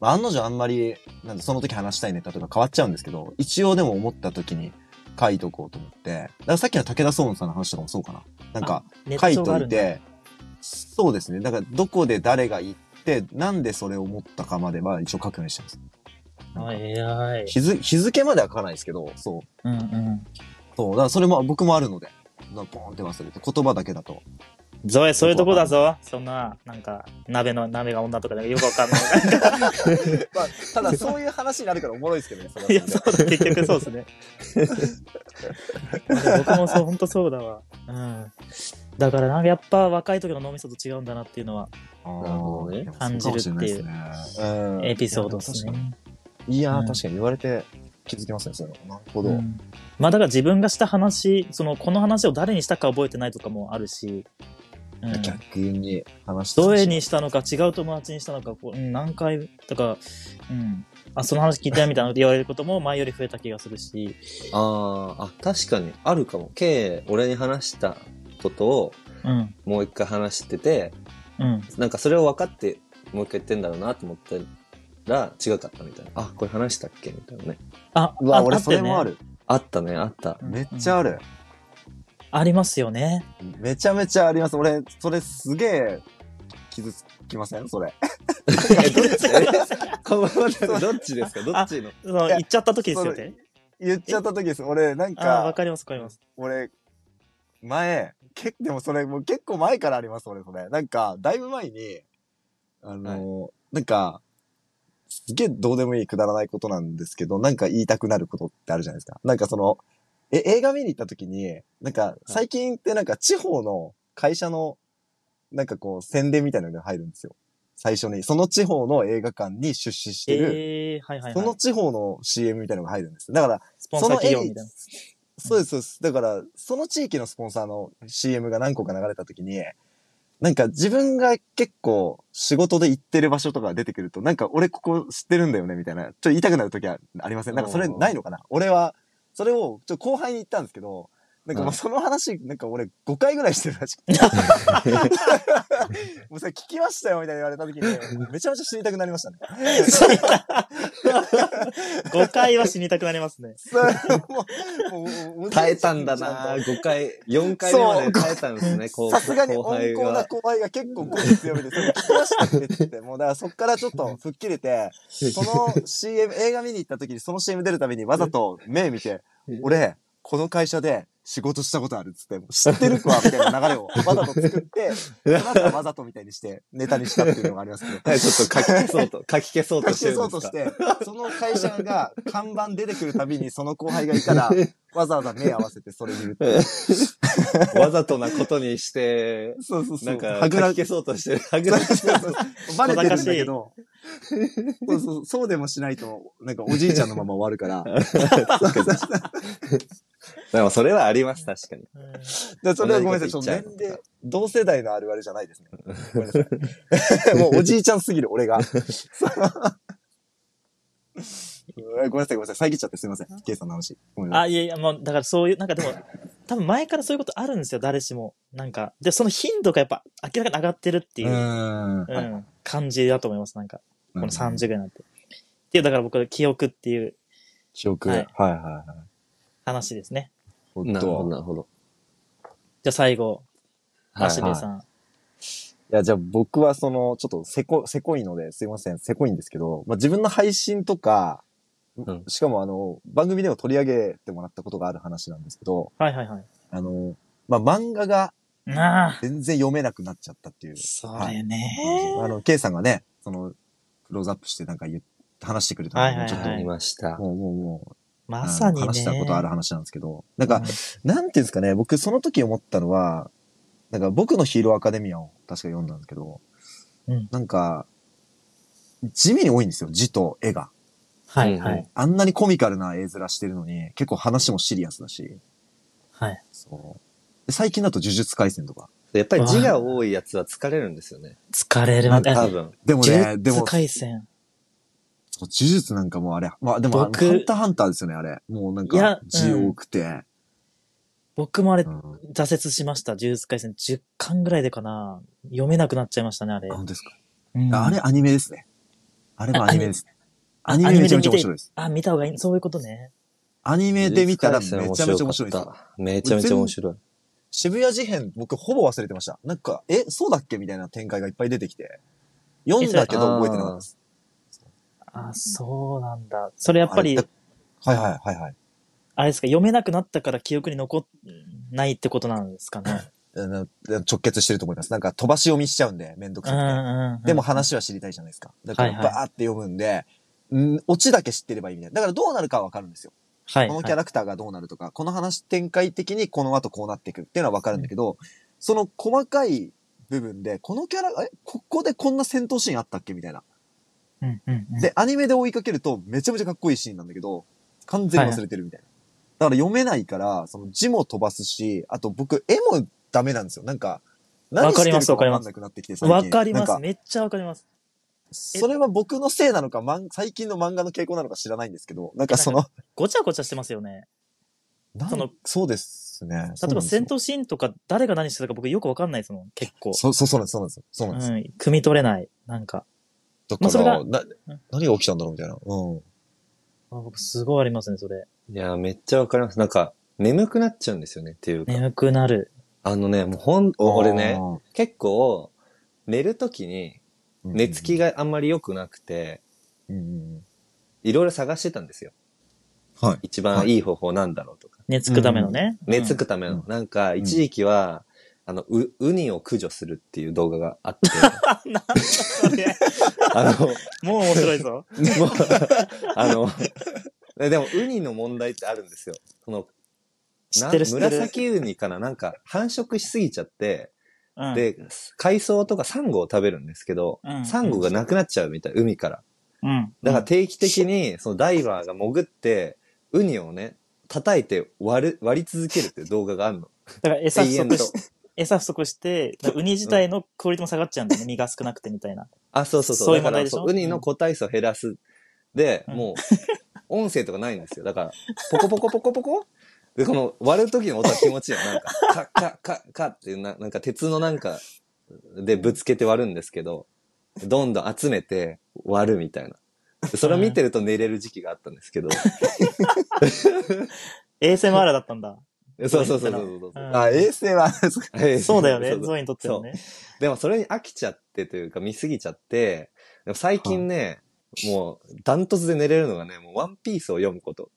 [SPEAKER 3] まあ、案の定あんまり、なんでその時話したいネタとか変わっちゃうんですけど、一応でも思った時に書いとこうと思って、だからさっきの武田総務さんの話とかもそうかな。なんか、
[SPEAKER 2] ネ
[SPEAKER 3] 書
[SPEAKER 2] ッ
[SPEAKER 3] い
[SPEAKER 2] トが
[SPEAKER 3] と
[SPEAKER 2] あ
[SPEAKER 3] い
[SPEAKER 2] るんだ。
[SPEAKER 3] て、そうですね。だからどこで誰が行って、なんでそれを思ったかまでは一応書くようにしてます。
[SPEAKER 2] あ、偉い。
[SPEAKER 3] 日付日付までは書かないですけど、そう。
[SPEAKER 2] うんうん。
[SPEAKER 3] そう、だからそれも僕もあるので、だからポーンって忘れて、言葉だけだと。
[SPEAKER 2] ゾエ、そういうとこだぞ。そんな、なんか、鍋の、鍋が女とかなんかよくわかんない。
[SPEAKER 3] まあ、ただそういう話になるからおもろいですけどね、
[SPEAKER 2] いや、そうだ、結局そうですね。僕もそう、ほんとそうだわ。うん。だから、なんかやっぱ若い時の脳みそと違うんだなっていうのは、
[SPEAKER 1] なるほどね
[SPEAKER 2] 感じるっていう
[SPEAKER 3] うん
[SPEAKER 2] エピソードですね。
[SPEAKER 3] いや
[SPEAKER 2] うん
[SPEAKER 3] ー、確かに言われて気づきますね、それは。なるほど。
[SPEAKER 2] うんまあだから自分がした話、その、この話を誰にしたか覚えてないとかもあるし、うん、
[SPEAKER 3] 逆に話して
[SPEAKER 2] ど
[SPEAKER 3] ほし
[SPEAKER 2] れ
[SPEAKER 3] い
[SPEAKER 2] にしたのか、違う友達にしたのか、こううん何回とか、うん、あ、その話聞いたよみたいなの言われること も前より増えた気がするし、
[SPEAKER 1] あーあ、確かにあるかも。K、俺に話したことを
[SPEAKER 2] うん、
[SPEAKER 1] もう一回話してて、
[SPEAKER 2] うん、
[SPEAKER 1] なんかそれを分かってもう一回言ってんだろうなと思ったら違かったみたいな。あ、これ話したっけみたいなね。
[SPEAKER 2] あ、
[SPEAKER 3] うわ、
[SPEAKER 2] あ
[SPEAKER 3] 俺
[SPEAKER 2] あっ
[SPEAKER 3] そ
[SPEAKER 2] たよね
[SPEAKER 3] れもある。
[SPEAKER 1] あったね、あ った。
[SPEAKER 2] うん
[SPEAKER 3] めっちゃある。
[SPEAKER 2] ありますよね。
[SPEAKER 3] めちゃめちゃあります。俺、それすげえ傷つきませんそれ。
[SPEAKER 2] えどっちかが
[SPEAKER 1] このどっちですかどっちの
[SPEAKER 2] その言っちゃった時ですよね。
[SPEAKER 3] 言っちゃった時です。俺、なん
[SPEAKER 2] ああ、
[SPEAKER 3] か
[SPEAKER 2] わ、かります、わかります。
[SPEAKER 3] 俺、前、け、 でもそれ、もう結構前からあります、俺、それ。なんか、だいぶ前に、あの、なんか、すげえどうでもいいくだらないことなんですけど、なんか言いたくなることってあるじゃないですか。なんかその、え、映画見に行った時に、なんか、最近ってなんか地方の会社の、なんかこう、宣伝みたいなのが入るんですよ。最初に、その地方の映画館に出資してる、
[SPEAKER 2] ええはいはいはい。
[SPEAKER 3] その地方の CM みたいなのが入るんです。だから、
[SPEAKER 2] スポンサー企業みたいな。
[SPEAKER 3] そのエリそうです、そうです。だから、その地域のスポンサーの CM が何個か流れたときに、なんか自分が結構仕事で行ってる場所とかが出てくると、なんか俺ここ知ってるんだよねみたいな、ちょっと言いたくなるときはありません。なんかそれないのかな俺は、それをちょっと後輩に言ったんですけど、なんかもうその話、なんか俺5回ぐらいしてるらしくて。 もうそれ聞きましたよみたいに言われたときに、めちゃめちゃ知りたくなりましたね。
[SPEAKER 2] 誤解は死にたくなりますね。
[SPEAKER 3] それもうもうもう
[SPEAKER 1] 耐えたんだな5回、4回目まで耐えたんですね、後
[SPEAKER 3] さすがに
[SPEAKER 1] 後
[SPEAKER 3] 温
[SPEAKER 1] 輩
[SPEAKER 3] 厚な
[SPEAKER 1] が。
[SPEAKER 3] 後輩が結構声強めで、それ聞きましたって言って、もうだからそっからちょっ と吹っ切れて、その CM、映画見に行った時にその CM 出るためにわざと目見て、俺、この会社で仕事したことあるっつって、知ってるわみたいな流れをわざと作って、その後はわざとみたいにしてネタにしたっていうのがありますけど。
[SPEAKER 1] はい、ちょっと書き消そうと、書き消そうとして
[SPEAKER 3] 隠
[SPEAKER 1] るん
[SPEAKER 3] そう
[SPEAKER 1] です
[SPEAKER 3] とし
[SPEAKER 1] か
[SPEAKER 3] て、その会社が看板出てくるたびにその後輩がいたら、わざわざ目合わせてそれ見るっていう。
[SPEAKER 1] わざとなことにして、
[SPEAKER 3] そうそう
[SPEAKER 1] なんか、
[SPEAKER 3] は
[SPEAKER 1] 書
[SPEAKER 3] ぐ
[SPEAKER 1] き
[SPEAKER 3] ら
[SPEAKER 1] 消そうとしてる。はぐ
[SPEAKER 3] そう
[SPEAKER 1] ら
[SPEAKER 3] そうそうバレてるんだけど、そう そう、そうでもしないと、なんかおじいちゃんのまま終わるから、
[SPEAKER 1] でもそれはあります、確かに。
[SPEAKER 2] うん
[SPEAKER 3] でそれはごめんなさい、ち
[SPEAKER 1] 同
[SPEAKER 3] ょっ
[SPEAKER 1] じこ
[SPEAKER 3] と
[SPEAKER 1] と言っ
[SPEAKER 3] 年齢、同世代のあるあるじゃないですね。ごめんなさ いもうおじいちゃんすぎる、俺が。うんごめんなさい、ごめんなさい。遮っちゃってすいません。ケイさんの話。ごめんなさい。
[SPEAKER 2] あ、いやいや、もう、だからそういう、なんかでも、多分前からそういうことあるんですよ、誰しも。なんか。で、その頻度がやっぱ明らかに上がってるっていうう、
[SPEAKER 3] ん
[SPEAKER 2] うん、
[SPEAKER 3] はい
[SPEAKER 2] 感じだと思います、なんか。この
[SPEAKER 3] うん
[SPEAKER 2] 30ぐらいになって。っていう、だから僕は記憶っていう
[SPEAKER 3] 記憶。は
[SPEAKER 2] はいい
[SPEAKER 3] はいはい。
[SPEAKER 2] 話ですね。
[SPEAKER 3] お
[SPEAKER 1] な
[SPEAKER 3] っ
[SPEAKER 1] るほど、
[SPEAKER 3] と。
[SPEAKER 1] なるほど。
[SPEAKER 2] じゃあ最後、
[SPEAKER 1] はい
[SPEAKER 2] アシベさん。
[SPEAKER 3] いや、じゃあ僕はその、ちょっとせこ、せこいので、すいません、せこいんですけど、まあ自分の配信とか、
[SPEAKER 1] うん
[SPEAKER 3] しかもあの、番組でも取り上げてもらったことがある話なんですけど、
[SPEAKER 2] はいはいはい。
[SPEAKER 3] あの、まあ漫画が
[SPEAKER 2] なあ、
[SPEAKER 3] 全然読めなくなっちゃったっていう。
[SPEAKER 2] そ
[SPEAKER 3] はい
[SPEAKER 2] れね。
[SPEAKER 3] あの、ケイさんがね、その、クローズアップしてなんか言っ話してくれた
[SPEAKER 2] はい
[SPEAKER 3] の
[SPEAKER 2] は
[SPEAKER 3] で、
[SPEAKER 2] い
[SPEAKER 3] ちょっと、
[SPEAKER 2] はい
[SPEAKER 1] いました。
[SPEAKER 3] もう、もう、もう、
[SPEAKER 2] まさにね。
[SPEAKER 3] あの話したことある話なんですけど、な
[SPEAKER 2] う
[SPEAKER 3] んか
[SPEAKER 2] ん。、
[SPEAKER 3] なんていうんですかね、僕その時思ったのは、なんか僕のヒーローアカデミアを確か読んだんですけど、
[SPEAKER 2] うん
[SPEAKER 3] なんか、地味に多いんですよ、字と絵が。
[SPEAKER 2] はいはい。
[SPEAKER 3] あんなにコミカルな絵面してるのに、結構話もシリアスだし、
[SPEAKER 2] はい。
[SPEAKER 3] そう。で最近だと呪術廻戦とか。
[SPEAKER 1] やっぱり字が多いやつは疲れるんですよね。
[SPEAKER 2] 疲れるまで。
[SPEAKER 1] 多
[SPEAKER 2] あ
[SPEAKER 1] 分。
[SPEAKER 3] でもね、
[SPEAKER 2] 呪
[SPEAKER 3] で
[SPEAKER 2] 術
[SPEAKER 3] も、
[SPEAKER 2] 回戦。
[SPEAKER 3] そう呪術なんかもうあれ、まあでも、あの
[SPEAKER 2] 僕
[SPEAKER 3] ハンターハンターですよね、あれ。もうなん
[SPEAKER 2] いや
[SPEAKER 3] か
[SPEAKER 2] う、ん
[SPEAKER 3] 字多くて。
[SPEAKER 2] 僕もあれ
[SPEAKER 3] う、ん。
[SPEAKER 2] 挫折しました。呪術回戦10巻ぐらいでかな。読めなくなっちゃいましたね、あれ
[SPEAKER 3] あ、。本当ですか。
[SPEAKER 2] うん
[SPEAKER 3] あれアニメですね。あれは
[SPEAKER 2] あ
[SPEAKER 3] アニメですね。ア
[SPEAKER 2] アニ
[SPEAKER 3] ニ
[SPEAKER 2] メ
[SPEAKER 3] メめちゃめちゃ面白いです。
[SPEAKER 2] あ、見た方がいい。そういうことね。
[SPEAKER 3] アニメで見たらめちゃめちゃ面
[SPEAKER 1] 面
[SPEAKER 3] 白
[SPEAKER 1] 白
[SPEAKER 3] い
[SPEAKER 1] い
[SPEAKER 3] ですよ。
[SPEAKER 1] めちゃめちゃ面白い。
[SPEAKER 3] 渋谷事変、僕ほぼ忘れてました。なんか、え、そうだっけみたいな展開がいっぱい出てきて。読んだけど覚えてなかったです。
[SPEAKER 2] あ、そうなんだ。それやっぱり
[SPEAKER 3] あれ、はいはいはいはい。
[SPEAKER 2] あれですか、読めなくなったから記憶に残っないってことなんです かね。
[SPEAKER 3] あの直結してると思います。なんか飛ばし読みしちゃうんで、めんどく
[SPEAKER 2] う
[SPEAKER 3] さ
[SPEAKER 2] んう
[SPEAKER 3] くて。
[SPEAKER 2] んうん。
[SPEAKER 3] でも、話は知りたいじゃないですか。だから
[SPEAKER 2] はいはい
[SPEAKER 3] バーって読むんで、うん、オチだけ知ってればいいみたいな。だからどうなるかはわかるんですよ。
[SPEAKER 2] はい。
[SPEAKER 3] このキャ
[SPEAKER 2] ラ。
[SPEAKER 3] ラクターがどうなるとか、この話展開的にこの後こうなっていくっていうのはわかるんだけど、その細かい部分で、このキャラ、え、ここでこんな戦闘シーンあったっけみたいな。
[SPEAKER 2] うんうんうん。
[SPEAKER 3] で、アニメで追いかけるとめちゃめちゃかっこいいシーンなんだけど、完全に忘れてるみたいな。だから読めないから、その字も飛ばすし、あと僕、絵もダメなんですよ。なんか、何
[SPEAKER 2] わ
[SPEAKER 3] して
[SPEAKER 2] か
[SPEAKER 3] る
[SPEAKER 2] ります
[SPEAKER 3] か分かんなくなってきて、最近
[SPEAKER 2] わかりま
[SPEAKER 3] な
[SPEAKER 2] す。
[SPEAKER 3] ん
[SPEAKER 2] めっちゃわかります。
[SPEAKER 3] それは僕のせいなのか、まん最近の漫画の傾向なのか知らないんですけど、なんかその、
[SPEAKER 2] ごちゃごちゃしてますよね。
[SPEAKER 3] なん
[SPEAKER 2] その
[SPEAKER 3] そうですね。
[SPEAKER 2] 例えば戦
[SPEAKER 3] 闘
[SPEAKER 2] 闘シーンとか誰が何してたか僕よくわかんないですもん、結構。
[SPEAKER 3] そうそうそうなんです、そうなんです。そうなんです。
[SPEAKER 2] うん。汲み取れない。なんか。ま
[SPEAKER 3] だ
[SPEAKER 2] あそ
[SPEAKER 3] か
[SPEAKER 2] れ
[SPEAKER 3] ら、
[SPEAKER 2] が
[SPEAKER 3] な何が起きたんだろうみたいな。うん。
[SPEAKER 2] あ僕すごいありますね、それ。
[SPEAKER 1] いや、めっちゃわかります。なんか、眠くなっちゃうんですよね、っていうか。
[SPEAKER 2] 眠くなる。
[SPEAKER 1] あのね、もうほん、俺ね
[SPEAKER 3] あ、ー、
[SPEAKER 1] 結構、寝るときに、寝つき
[SPEAKER 3] が、
[SPEAKER 1] があんまり良くなくて、
[SPEAKER 3] うんうん
[SPEAKER 1] いろいろ探してたんですよ。
[SPEAKER 3] はい。
[SPEAKER 1] 一番いい方法なんだろうとか。
[SPEAKER 2] 寝つくためのね。
[SPEAKER 1] 寝つくための。
[SPEAKER 3] うん
[SPEAKER 1] なんか、一時期は、あの、う、ウニを駆除するっていう動画があ って、
[SPEAKER 2] あ。なんだ それ。
[SPEAKER 1] あの、
[SPEAKER 2] もう面白いぞ。
[SPEAKER 1] もう、あの、えでも、ウニの問題ってあるんですよ。その、
[SPEAKER 2] 知
[SPEAKER 1] な
[SPEAKER 2] ってる知ってる。
[SPEAKER 1] 紫ウニかななんか、繁殖しすぎちゃって、
[SPEAKER 2] うん、
[SPEAKER 1] で、海藻とかサンゴを食べるんですけど、
[SPEAKER 2] うん
[SPEAKER 1] サンゴがなくなっちゃうみたい、海から。
[SPEAKER 2] うん。
[SPEAKER 1] だから定期的に、そのダイバーが潜って、ウニをね、叩いて割る、割り続けるっていう動画があるの。
[SPEAKER 2] だから餌不
[SPEAKER 1] 永遠
[SPEAKER 2] 足
[SPEAKER 1] と
[SPEAKER 2] し。餌不足して、ウニ自体のクオリティも下がっちゃうんだよね。身が少なくてみたいな。
[SPEAKER 1] あ、そうそうそう。
[SPEAKER 2] そういう
[SPEAKER 1] だ
[SPEAKER 2] 問
[SPEAKER 1] か
[SPEAKER 2] 題
[SPEAKER 1] ら
[SPEAKER 2] でしょ
[SPEAKER 1] そう、ウニの個体数を減らす。で、
[SPEAKER 2] うん
[SPEAKER 1] もう、音声とかないんですよ。だから、ポコポコポコポコで、この割る時の音は気持ちいいよ。なんか、カッカッカッカッっていうな、なんか鉄のなんかでぶつけて割るんですけど、どんどん集めて割るみたいな。でそれを見てると寝れる時期があったんですけど。
[SPEAKER 2] 衛 m r だったんだ。
[SPEAKER 1] そうそうそうそうそう
[SPEAKER 2] う
[SPEAKER 1] そうん
[SPEAKER 3] あ、衛星は、そうか
[SPEAKER 1] はい。
[SPEAKER 2] そうだよね
[SPEAKER 1] そ。う
[SPEAKER 2] ゾイにとってはね。
[SPEAKER 1] でもそれに飽きちゃってというか見すぎちゃって、でも最近ね、もうダントツで寝れるのがね、もうワンピースを読むこと。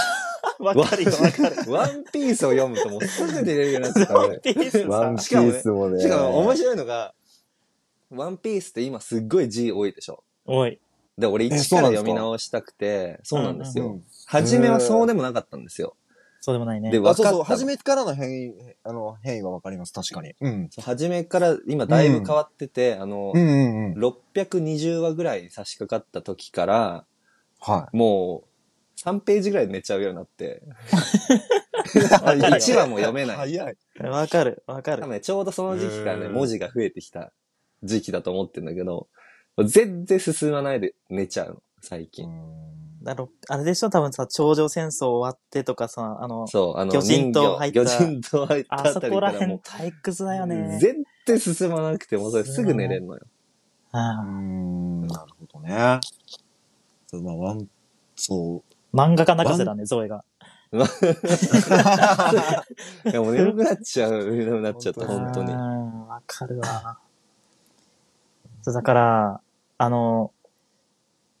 [SPEAKER 2] わかるよ、わかる。
[SPEAKER 1] ワンピースを読むともうすぐ寝れるようになっちゃった
[SPEAKER 2] ワ
[SPEAKER 1] ね
[SPEAKER 2] ン。ピース
[SPEAKER 3] ワン
[SPEAKER 2] さ
[SPEAKER 3] ピースもね。
[SPEAKER 1] しかも面白いのが、ワンピースって今すっごい字多いでしょ。
[SPEAKER 2] おい。
[SPEAKER 1] で、俺
[SPEAKER 3] え
[SPEAKER 1] 一
[SPEAKER 3] そう
[SPEAKER 1] か
[SPEAKER 3] な
[SPEAKER 1] ら
[SPEAKER 3] んですか
[SPEAKER 1] 読み直したくて、そうなんです
[SPEAKER 3] うん
[SPEAKER 1] よ。初めはそうでもなかったんですよ。
[SPEAKER 2] そうでもないね
[SPEAKER 1] で、。
[SPEAKER 3] あ
[SPEAKER 1] 分
[SPEAKER 3] そう
[SPEAKER 1] か
[SPEAKER 3] そう、
[SPEAKER 1] った
[SPEAKER 3] 初。めからの変異、あの、変異はわかります、確かに。うん。
[SPEAKER 1] そう初めから今だいぶ変わってて、あの
[SPEAKER 3] う、んうんうん。
[SPEAKER 1] 620話ぐらいに差し掛かった時から、
[SPEAKER 3] は
[SPEAKER 1] もう、 3ページぐらい寝ちゃうようになって、
[SPEAKER 2] わか る
[SPEAKER 1] 一話も読めない
[SPEAKER 3] 早い。
[SPEAKER 2] わかる、わか
[SPEAKER 1] 多
[SPEAKER 2] る。
[SPEAKER 1] 分ねちょうどその時期からね、
[SPEAKER 3] うん
[SPEAKER 1] 文字が増えてきた時期だと思ってんだけど、全然進まないで寝ちゃうの、最近。
[SPEAKER 2] だろあれでしょ多分さ、頂上戦争終わってとかさ、あの、
[SPEAKER 1] そう、あの、
[SPEAKER 2] 魚人島入った
[SPEAKER 1] 人魚人島入った
[SPEAKER 2] あ
[SPEAKER 1] あ
[SPEAKER 2] そ
[SPEAKER 1] たり
[SPEAKER 2] こ
[SPEAKER 1] からら
[SPEAKER 2] 辺
[SPEAKER 1] も
[SPEAKER 2] 退屈だよ
[SPEAKER 1] う、
[SPEAKER 2] ね。
[SPEAKER 1] 全然進まなくても、それすぐ寝れんのよ。
[SPEAKER 2] ああ
[SPEAKER 3] ん、なるほどね。そうまあ、ワン、そう。
[SPEAKER 2] 漫画家泣かせだね、ゾエが。
[SPEAKER 1] いやもう眠くなっちゃう、眠くなっちゃった、本当に
[SPEAKER 2] う。んわかるわ。そう、だから、あの、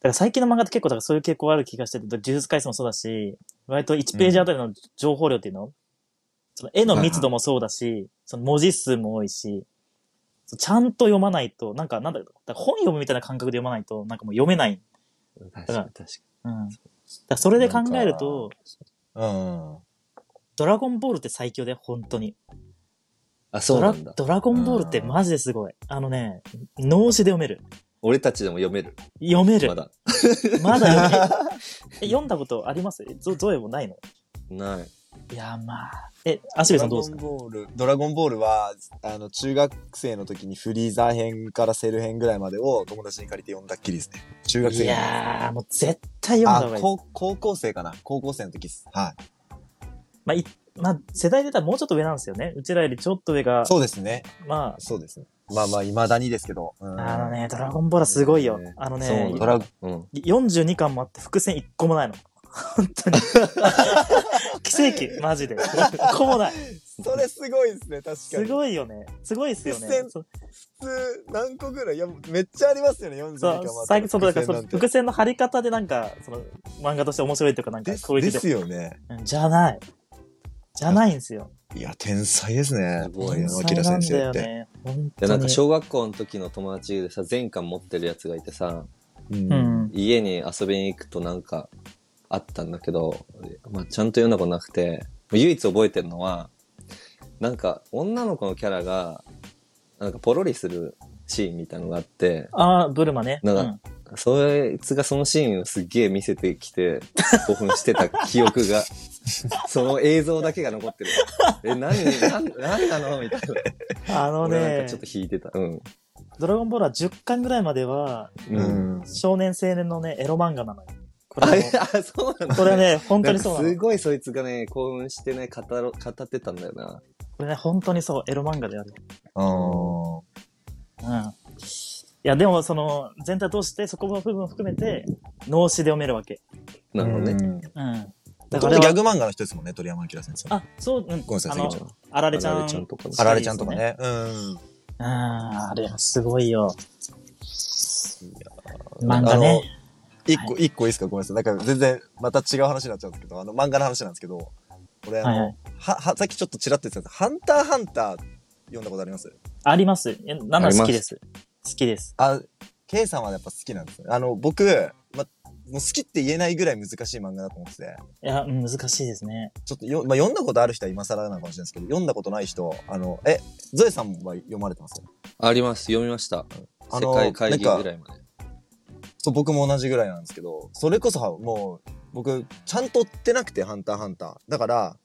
[SPEAKER 2] だから最近の漫画って結構だからそういう傾向ある気がしてて、呪術回戦もそうだし、割と1ページあたりの情報量っていうの、その絵の密度もそうだし、その文字数も多いし、そうちゃんと読まないと、なんか、なんだろう、だから本読むみたいな感覚で読まないと、なんかもう読めない。
[SPEAKER 1] 確かに確か
[SPEAKER 2] うん。だからそれで考えると、
[SPEAKER 3] うん。
[SPEAKER 2] ドラゴンボールって最強だよ、本当に。
[SPEAKER 1] あ、そ
[SPEAKER 2] ド
[SPEAKER 1] うな
[SPEAKER 2] ラ
[SPEAKER 1] んだ。
[SPEAKER 2] ドラゴンボールってマジですごい。あのね、脳死で読める。
[SPEAKER 1] 俺たちでも読める。
[SPEAKER 2] 読める。
[SPEAKER 1] ま
[SPEAKER 2] まだ
[SPEAKER 1] だ。
[SPEAKER 2] 読める。え、読んだことありますゾゾエもないの
[SPEAKER 1] ない。
[SPEAKER 2] いや、まあ。え、アシベさんどうですか
[SPEAKER 3] ドラゴンボール、ドラゴンボールは、あの、中学生の時にフリーザー編からセル編ぐらいまでを友達に借りて読んだっきりですね。中学生
[SPEAKER 2] い
[SPEAKER 3] の時
[SPEAKER 2] やー、もう絶対読んだ方が
[SPEAKER 3] あ
[SPEAKER 2] いいです。
[SPEAKER 3] 高、高校生かな高校生の時です。はい。
[SPEAKER 2] まあ、いまあ、世代で言ったらもうちょっと上なんですよね。うちらよりちょっと上が、
[SPEAKER 3] そうですね。
[SPEAKER 2] ま
[SPEAKER 3] そうですね。まあまあ、未だにですけど。うん
[SPEAKER 2] あ、あのね、ドラゴンボールはすごいよ
[SPEAKER 3] ね。
[SPEAKER 2] あの
[SPEAKER 1] そうなん
[SPEAKER 2] ね
[SPEAKER 1] だ、
[SPEAKER 3] ドラ
[SPEAKER 1] うん。
[SPEAKER 2] 42巻もあって伏線1個もないの。本当に。奇跡、マジで。1個もない。
[SPEAKER 3] それすごいですね、確かに。
[SPEAKER 2] すごいよね。すごいですよね。
[SPEAKER 3] 伏線
[SPEAKER 2] そう
[SPEAKER 3] 普通、何個ぐらいいや、めっちゃありますよね、42
[SPEAKER 2] そ
[SPEAKER 3] 巻
[SPEAKER 2] う
[SPEAKER 3] もあった
[SPEAKER 2] 最近、
[SPEAKER 3] ら
[SPEAKER 2] そう、だから、その
[SPEAKER 3] 伏線なんて
[SPEAKER 2] 伏線の張り方でなんか、その、漫画として面白いというか、なんか、クオリテ
[SPEAKER 3] で
[SPEAKER 2] ィです
[SPEAKER 3] よね。
[SPEAKER 2] うんじゃない。じゃないんですよ。
[SPEAKER 3] いや、天才ですね。
[SPEAKER 1] すごいよ
[SPEAKER 3] こ
[SPEAKER 2] 天
[SPEAKER 3] うい
[SPEAKER 2] 才なん
[SPEAKER 3] うの明
[SPEAKER 2] だ
[SPEAKER 3] 先生
[SPEAKER 2] よ
[SPEAKER 3] って。
[SPEAKER 2] ね。本
[SPEAKER 1] で、
[SPEAKER 2] 当
[SPEAKER 1] なん
[SPEAKER 2] に
[SPEAKER 1] か。小学校の時の友達でさ、全巻持ってるやつがいてさ、
[SPEAKER 3] うん
[SPEAKER 2] うん。
[SPEAKER 1] 家に遊びに行くとなんかあったんだけど、まあ、ちゃんと読んだことなくて、唯一覚えてるのは、なんか女の子のキャラが、なんかポロリするシーンみたいのがあって、
[SPEAKER 2] ああ、ブルマね。う
[SPEAKER 1] なん
[SPEAKER 2] ん
[SPEAKER 1] かそいつがそのシーンをすっげえ見せてきて、興奮してた記憶 が、その映像だけが残ってる。え、何、何、何なのみたいな。
[SPEAKER 2] あの
[SPEAKER 1] 俺なん
[SPEAKER 2] ね
[SPEAKER 1] かちょっと、引いてた。うん。
[SPEAKER 2] ドラゴンボールは10巻ぐらいまでは、
[SPEAKER 1] う。
[SPEAKER 3] うんん。
[SPEAKER 2] 少年青年のね、エロ漫画なのよ。これ
[SPEAKER 1] あ、
[SPEAKER 2] も
[SPEAKER 1] いやそうなんだ。
[SPEAKER 2] これはね、本当
[SPEAKER 1] なん
[SPEAKER 2] に
[SPEAKER 1] か
[SPEAKER 2] そうなの
[SPEAKER 1] す。ごいそいつがね、興奮してね、語ろ、語ってたんだよな。
[SPEAKER 2] これね、本当にそう、エロ漫画である。
[SPEAKER 3] あー
[SPEAKER 2] うん。いや、でも、その、全体通して、そこの部分を含めて、脳死で読めるわけ。
[SPEAKER 1] なるほどね。
[SPEAKER 3] うん
[SPEAKER 2] うん。だ
[SPEAKER 3] だ
[SPEAKER 2] か
[SPEAKER 3] からら
[SPEAKER 2] あ
[SPEAKER 3] ギ
[SPEAKER 2] れ
[SPEAKER 3] ャ
[SPEAKER 2] は、
[SPEAKER 3] グ漫画の人ですもんね、鳥山明先生。
[SPEAKER 2] あ、そう、うん、
[SPEAKER 3] ごめんなさい
[SPEAKER 2] あ
[SPEAKER 3] 先
[SPEAKER 2] の、あられちゃ
[SPEAKER 1] あら
[SPEAKER 2] ん。
[SPEAKER 1] れちゃんとかね
[SPEAKER 3] あられちゃんとか。ね。うん。
[SPEAKER 2] うん、あれはすごいよ。
[SPEAKER 3] あ
[SPEAKER 2] 漫画
[SPEAKER 3] の
[SPEAKER 2] ね。、
[SPEAKER 3] 一個、一個いいですかごめんなさい。なんか全然、また違う話になっちゃうんですけど、あの、漫画の話なんですけど、俺、あ
[SPEAKER 2] はい
[SPEAKER 3] の、
[SPEAKER 2] はい。
[SPEAKER 3] は、は、さっきちょっとちらっと言ってたんですけどハンターハンター読んだことあります
[SPEAKER 2] あります。えなんだ
[SPEAKER 1] あり
[SPEAKER 2] 好
[SPEAKER 1] ます
[SPEAKER 2] きです。好きです。
[SPEAKER 3] あ、ケイさんはやっぱ好きなんですね。あの、僕、ま、もう好きって言えないぐらい難しい漫画だと思ってて、
[SPEAKER 2] いや、うん難しいですね。
[SPEAKER 3] ちょっとよ、まあ、読んだことある人は今更なのかもしれないですけど、読んだことない人、あの、え、ゾエさんは読まれてます
[SPEAKER 1] あります。読みました。世
[SPEAKER 3] あの
[SPEAKER 1] 界会議
[SPEAKER 3] なんか
[SPEAKER 1] ぐらいまで。
[SPEAKER 3] そう、僕も同じぐらいなんですけど、それこそはもう、僕、ちゃんと追ってなくて、ハンターハンター。だから、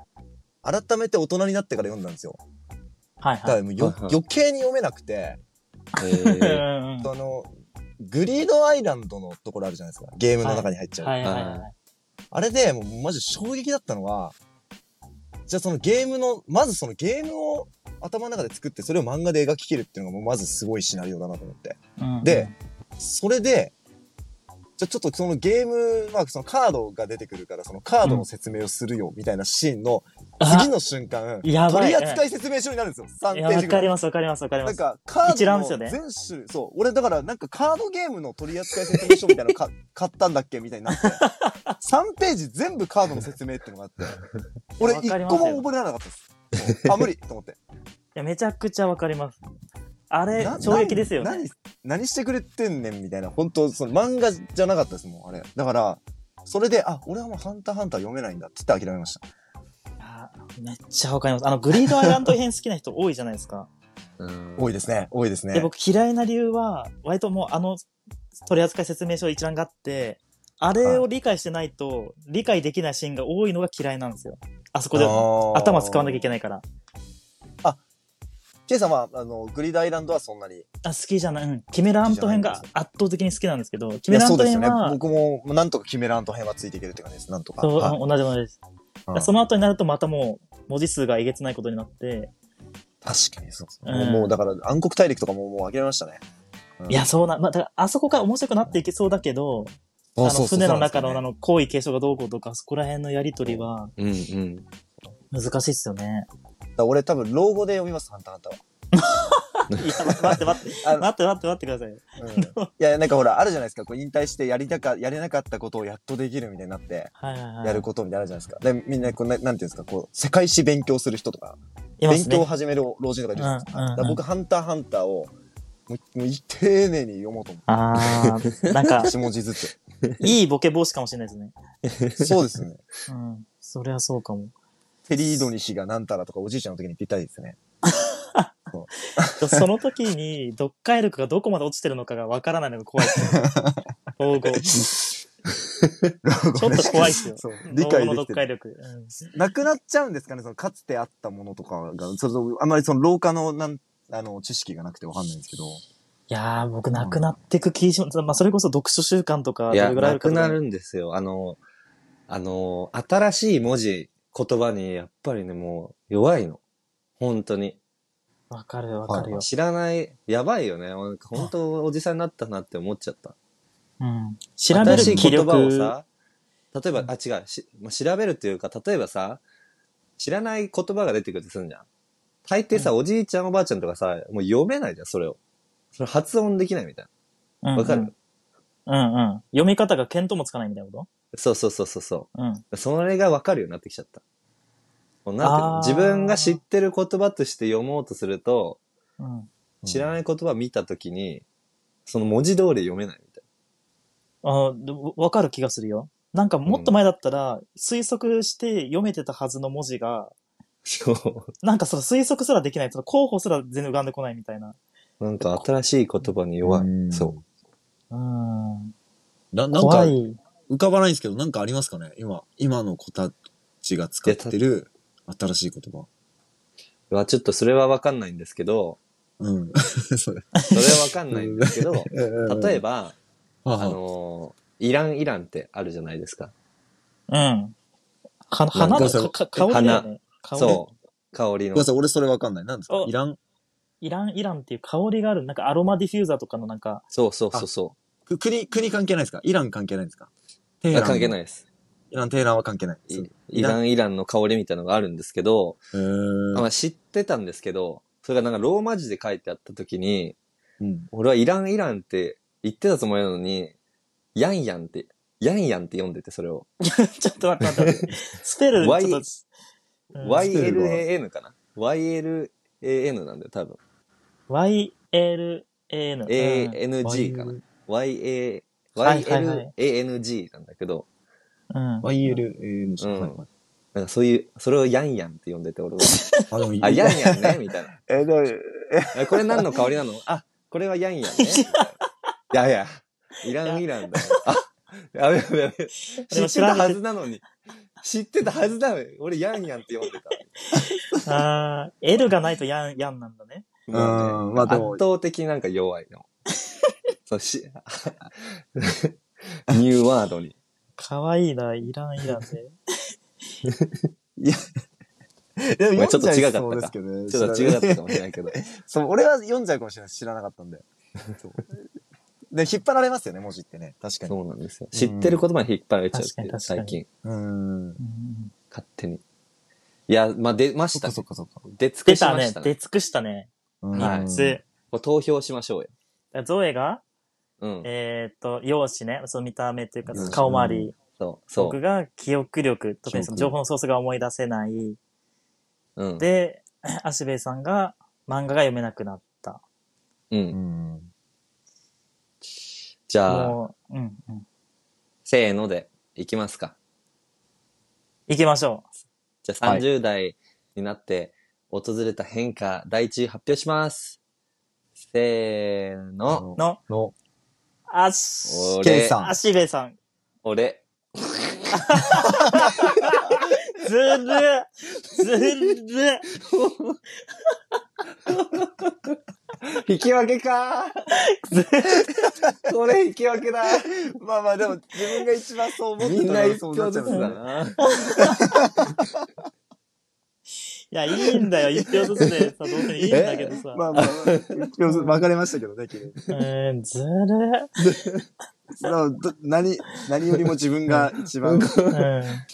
[SPEAKER 3] 改めて大人になってから読んだんですよ。
[SPEAKER 2] はい
[SPEAKER 3] だか
[SPEAKER 2] はい。
[SPEAKER 3] らもうよ、
[SPEAKER 1] はいはい
[SPEAKER 3] 余計に読めなくて、
[SPEAKER 2] うんう
[SPEAKER 1] え
[SPEAKER 2] んうん
[SPEAKER 3] あの、グリードアイランドのところあるじゃないですか。ゲームの中に入っちゃう。
[SPEAKER 2] はいはいはい。
[SPEAKER 3] あれで、もうマジ衝撃だったのは、じゃあそのゲームの、まずそのゲームを頭の中で作って、それを漫画で描き切るっていうのがもうまずすごいシナリオだなと思って。
[SPEAKER 2] うん
[SPEAKER 3] で、それで、じゃあちょっとそのゲーム、まあそのカードが出てくるから、そのカードの説明をするよ、みたいなシーンの次
[SPEAKER 2] あ
[SPEAKER 3] の瞬間、
[SPEAKER 2] やばい。
[SPEAKER 3] 取扱説明書になるんですよ。3
[SPEAKER 2] い
[SPEAKER 3] ペ
[SPEAKER 2] や、
[SPEAKER 3] ー
[SPEAKER 2] わ
[SPEAKER 3] ジぐら
[SPEAKER 2] か
[SPEAKER 3] い
[SPEAKER 2] り。ますわかりますわかりま
[SPEAKER 3] なん
[SPEAKER 2] す。
[SPEAKER 3] か、カー
[SPEAKER 2] 一覧っす
[SPEAKER 3] ド
[SPEAKER 2] よね
[SPEAKER 3] の全種類、そう。俺、だから、なんか、カードゲームの取扱説明書みたいな のか買ったんだっけみたいになって。3ページ全部カードの説明っていうのがあって。俺、
[SPEAKER 2] わかり
[SPEAKER 3] 1
[SPEAKER 2] ます
[SPEAKER 3] 個
[SPEAKER 2] よ
[SPEAKER 3] も覚えられなかったです。あ、無理と思って。
[SPEAKER 2] いや、めちゃくちゃわかります。あれ
[SPEAKER 3] な、
[SPEAKER 2] 衝撃ですよね
[SPEAKER 3] 何。、何してくれてんねんみたいな。本当その漫画じゃなかったですもん、あれ。だから、それで、あ、俺はもうハンターハンター読めないんだって言って諦めました。
[SPEAKER 2] あめっちゃわかります。あの、グリードアイランド編好きな人多いじゃないですか。
[SPEAKER 1] ー
[SPEAKER 3] 多いですね。多いですね。
[SPEAKER 2] で、僕嫌いな理由は、割ともうあの、取扱説明書一覧があって、あれを理解してないと、理解できないシーンが多いのが嫌いなんですよ。あそこで
[SPEAKER 3] あー
[SPEAKER 2] 頭使わなきゃいけないから。
[SPEAKER 3] ケイさんは、あの、グリードアイランドはそんなに。
[SPEAKER 2] あ、好きじゃない。うん。キメラアント編が圧倒的に好きなんですけど、キメラアント
[SPEAKER 3] いや
[SPEAKER 2] 編
[SPEAKER 3] そうですよ
[SPEAKER 2] は
[SPEAKER 3] ね。、僕も、なんとかキメラント編はついていけるって感じです。なんとか。
[SPEAKER 2] そう、
[SPEAKER 3] はい
[SPEAKER 2] うん同じものです。
[SPEAKER 3] うん
[SPEAKER 2] その後になるとまたもう、文字数がえげつないことになって、
[SPEAKER 3] 確かにそうですね
[SPEAKER 2] うん
[SPEAKER 3] もうだから暗黒大陸とかももう諦めましたね。うん
[SPEAKER 2] いや、そうな、まあ、だからあそこから面白くなっていけそうだけど、
[SPEAKER 3] そう
[SPEAKER 2] あ
[SPEAKER 3] そ
[SPEAKER 2] の
[SPEAKER 3] うそう
[SPEAKER 2] 船の中の
[SPEAKER 3] そう
[SPEAKER 2] あ
[SPEAKER 3] なんで
[SPEAKER 2] の皇位継承がどうこうとか、そこら辺のやりとりは
[SPEAKER 1] うんうん。
[SPEAKER 2] 難しいっすよね。
[SPEAKER 3] すよねだから俺多分老後で読みます、ハンターハンター
[SPEAKER 2] いや、待って待って、
[SPEAKER 3] は。あの
[SPEAKER 2] 待って待って待ってくださいよ。
[SPEAKER 3] うんいや、なんかほら、あるじゃないですか。こう引退してやりたか、やれなかったことをやっとできるみたいになって、
[SPEAKER 2] はいはいはい。
[SPEAKER 3] やることみたいなのあるじゃないですか。で、みんな、こう、ななんていうんですか、こう、世界史勉強する人とか、
[SPEAKER 2] います
[SPEAKER 3] 勉
[SPEAKER 2] ね
[SPEAKER 3] 強を始める老人とかいるじゃないですか。
[SPEAKER 2] うんうんうん
[SPEAKER 3] だから僕、ハンターハンターを、もう、もう丁寧に読もうと思
[SPEAKER 2] あー、な んか
[SPEAKER 3] う。、一文字ず つ。
[SPEAKER 2] いいボケ防止かもしれないですね。
[SPEAKER 3] そうですね。
[SPEAKER 2] うん。そりゃそうかも。
[SPEAKER 3] テリードニヒがなんたらとか、おじいちゃんの時にぴったりですね。
[SPEAKER 2] その時に、読解力がどこまで落ちてるのかがわからないのが怖いっ すよ。老後。ちょっと怖いっすよ。
[SPEAKER 3] そう理解
[SPEAKER 2] 老後の
[SPEAKER 3] できて
[SPEAKER 2] 読
[SPEAKER 3] る
[SPEAKER 2] 解力。うん
[SPEAKER 3] なくなっちゃうんですかねそのかつてあったものとかが、それとあんまりその老化のなんあの知識がなくてわかんないんですけど。
[SPEAKER 2] いやー、僕、なくなってく気します。まあ、それこそ読書習慣とか、
[SPEAKER 1] い
[SPEAKER 2] どれ
[SPEAKER 1] や、
[SPEAKER 2] ぐら
[SPEAKER 1] な
[SPEAKER 2] いあるか
[SPEAKER 1] く
[SPEAKER 2] とか
[SPEAKER 1] なるんですよ。あの、あの、新しい文字、言葉に、やっぱりね、もう、弱いの。本当に。
[SPEAKER 2] わかるよ、わかるよ。
[SPEAKER 1] 知らない、やばいよね。なんか本当、おじさんになったなって思っちゃった。
[SPEAKER 2] うん。調べる
[SPEAKER 1] 新し
[SPEAKER 2] 気
[SPEAKER 1] い言葉を
[SPEAKER 2] 力。
[SPEAKER 1] さ、例えば、あ、違う、しまあ、調べるっていうか、例えばさ、知らない言葉が出てくるとするじゃん。大抵さ、おじいちゃんおばあちゃんとかさ、もう読めないじゃん、それを。それ発音できないみたい
[SPEAKER 2] うん
[SPEAKER 1] な。
[SPEAKER 2] うん
[SPEAKER 1] わかる、
[SPEAKER 2] うんうん。読み方が見当もつかないみたいなこ
[SPEAKER 1] そうそうそうそうそう。
[SPEAKER 2] とうん。
[SPEAKER 1] それが分かるようになってきちゃった。もうなんていうの
[SPEAKER 2] あー
[SPEAKER 1] 自分が知ってる言葉として読もうとすると、
[SPEAKER 2] うん。
[SPEAKER 1] 知らない言葉見たときに、その文字通り読めないみたい
[SPEAKER 2] あでもわかる気がするよ。なんか、もっと前だったら、推測して読めてたはずの文字
[SPEAKER 1] な。
[SPEAKER 2] が、
[SPEAKER 1] そう。
[SPEAKER 2] なんかその推測すらできない、その候補すら全然浮かんでこないみたいな。
[SPEAKER 1] なんか新しい言葉に弱い。そう。
[SPEAKER 2] うん。
[SPEAKER 3] な
[SPEAKER 2] 怖い。
[SPEAKER 3] 浮かばないんですけど、なんかありますかね今、今の子たちが使る新しい言葉。
[SPEAKER 1] うわ、ちょっとそれは分かんないんですけど、
[SPEAKER 3] うん。 それ。
[SPEAKER 1] それは分かんないんですけど、例え
[SPEAKER 3] ば、
[SPEAKER 1] ば、
[SPEAKER 3] は
[SPEAKER 1] あ
[SPEAKER 3] いはい
[SPEAKER 1] のーイランイランってあるじゃないですか。
[SPEAKER 2] うん。は、
[SPEAKER 3] なん
[SPEAKER 2] 花
[SPEAKER 3] か
[SPEAKER 2] と
[SPEAKER 3] そ
[SPEAKER 2] か
[SPEAKER 3] う
[SPEAKER 2] か、香りだよね。香り
[SPEAKER 1] そう。香り
[SPEAKER 3] ごめん
[SPEAKER 1] の
[SPEAKER 3] な。さい、俺それわかんない。なんですか
[SPEAKER 2] お
[SPEAKER 3] いらん
[SPEAKER 2] イランイランっていう香りがある、なんかアロマディフューザーとかのなんか、
[SPEAKER 1] そうそうそうそ
[SPEAKER 3] く国、国関係ないですかイラン関係ないですか
[SPEAKER 1] う。あ関係
[SPEAKER 3] い。
[SPEAKER 1] ないです。
[SPEAKER 3] イラン、テーランは関係ない。
[SPEAKER 1] い
[SPEAKER 3] そう
[SPEAKER 1] イランイランの香りみたいなのがあるんですけど、
[SPEAKER 3] へー
[SPEAKER 1] まあ、知ってたんですけど、それがなんかローマ字で書いてあった時に、
[SPEAKER 3] うん
[SPEAKER 1] 俺はイランイランって言ってたつもりなのに、ヤンヤンって、ヤンヤンって読んでて、それを。
[SPEAKER 2] ちょっと待って待って待って。スペル、ちょ
[SPEAKER 1] Y-
[SPEAKER 2] っと。うん
[SPEAKER 1] YLAN かな ?YLAN なんだよ、多分。
[SPEAKER 2] YLAN。うん
[SPEAKER 1] ANG かな ?YA、
[SPEAKER 2] はいはいはい
[SPEAKER 1] YLANG なんだけど、
[SPEAKER 2] うん。
[SPEAKER 3] YLN じゃ
[SPEAKER 1] うん
[SPEAKER 3] はいはい
[SPEAKER 1] なんかそういう、それをヤンヤンって呼んでて、俺は。
[SPEAKER 3] あ、でもいい
[SPEAKER 1] あ、ヤンヤンね、みたいな。
[SPEAKER 3] え、でも、え、
[SPEAKER 1] あこれ何の香りなのあ、これはヤンヤンね。いやいや、イランイランだよ。あ、やべやべやべ。知
[SPEAKER 2] でも
[SPEAKER 1] ってたはずなのに。知ってたはずだよ。俺ヤンヤンって呼んでた。
[SPEAKER 2] あー L がないとヤン、ヤンなんだね。
[SPEAKER 3] う
[SPEAKER 1] もうね
[SPEAKER 3] ん、まあで
[SPEAKER 1] 圧
[SPEAKER 3] も、
[SPEAKER 1] 倒的になんか弱いの。そうし、 ニューワードに。
[SPEAKER 2] かわいいな、イランイランで。
[SPEAKER 3] でも
[SPEAKER 1] まあちょっと違かったか
[SPEAKER 3] そうですけどね。
[SPEAKER 1] ちょっと違ったかもしれないけど。
[SPEAKER 3] そう、俺は読んじゃうかもしれないです知らなかったんで。そうで、引っ張られますよね、文字ってね。確かに。
[SPEAKER 1] そうなんですよ。知ってる言葉に引っ張られちゃうっていう、
[SPEAKER 2] 確かに確かに
[SPEAKER 1] 最近。
[SPEAKER 3] うん。
[SPEAKER 2] うん
[SPEAKER 1] 勝手に。いや、まあ、出まし
[SPEAKER 3] そっか
[SPEAKER 1] た。
[SPEAKER 3] そっかそっか。
[SPEAKER 1] 出尽
[SPEAKER 2] 出
[SPEAKER 1] くしたま
[SPEAKER 2] ね
[SPEAKER 1] し。たね。
[SPEAKER 2] 出尽くしたね。
[SPEAKER 3] うん
[SPEAKER 1] はい
[SPEAKER 2] 3つ。
[SPEAKER 1] もう投票しましょうよ。
[SPEAKER 2] ゾエが、
[SPEAKER 1] うん。
[SPEAKER 2] えーっと、容姿ね、その見た目というか
[SPEAKER 3] 容、姿
[SPEAKER 2] 顔周り。
[SPEAKER 1] そう、そ
[SPEAKER 2] 僕が記憶力、特にその
[SPEAKER 3] 記憶
[SPEAKER 2] 情
[SPEAKER 3] 力
[SPEAKER 2] 報のソースが思い出せない。
[SPEAKER 1] う。うん。
[SPEAKER 2] で、 足部さんが漫画が読めなくなった。
[SPEAKER 1] うん
[SPEAKER 3] う。ん。
[SPEAKER 1] じゃあ、
[SPEAKER 2] もう、うん、うん。
[SPEAKER 1] せーので、いきますか。
[SPEAKER 2] 行きましょ
[SPEAKER 1] じゃあ、
[SPEAKER 3] はい
[SPEAKER 1] 30代になって、訪れた変化、第一位発表します。せーの。
[SPEAKER 2] う。の、
[SPEAKER 3] の、
[SPEAKER 2] 足、
[SPEAKER 1] 俺
[SPEAKER 3] ケイさん。
[SPEAKER 2] 足部さん。
[SPEAKER 1] 俺。
[SPEAKER 2] ずるずる
[SPEAKER 1] 引き分けか
[SPEAKER 2] ず
[SPEAKER 1] ーこれ引き分けだ
[SPEAKER 3] まあまあでも自分が一番そう思って
[SPEAKER 1] みん
[SPEAKER 3] た
[SPEAKER 1] な
[SPEAKER 3] ら
[SPEAKER 1] 一
[SPEAKER 3] そうな
[SPEAKER 1] 票
[SPEAKER 3] っち
[SPEAKER 1] ず
[SPEAKER 3] ゃう
[SPEAKER 1] つ
[SPEAKER 3] んです
[SPEAKER 1] だ
[SPEAKER 3] ね。
[SPEAKER 1] な。
[SPEAKER 2] いや、いいんだよ。一票ずつでさ、どうせいいんだけどさ。
[SPEAKER 3] まあまあ、一票ずつ分かれましたけどね、君。
[SPEAKER 2] うーん、ずる
[SPEAKER 3] それはど何、何よりも自分が一番
[SPEAKER 2] うん。
[SPEAKER 3] 感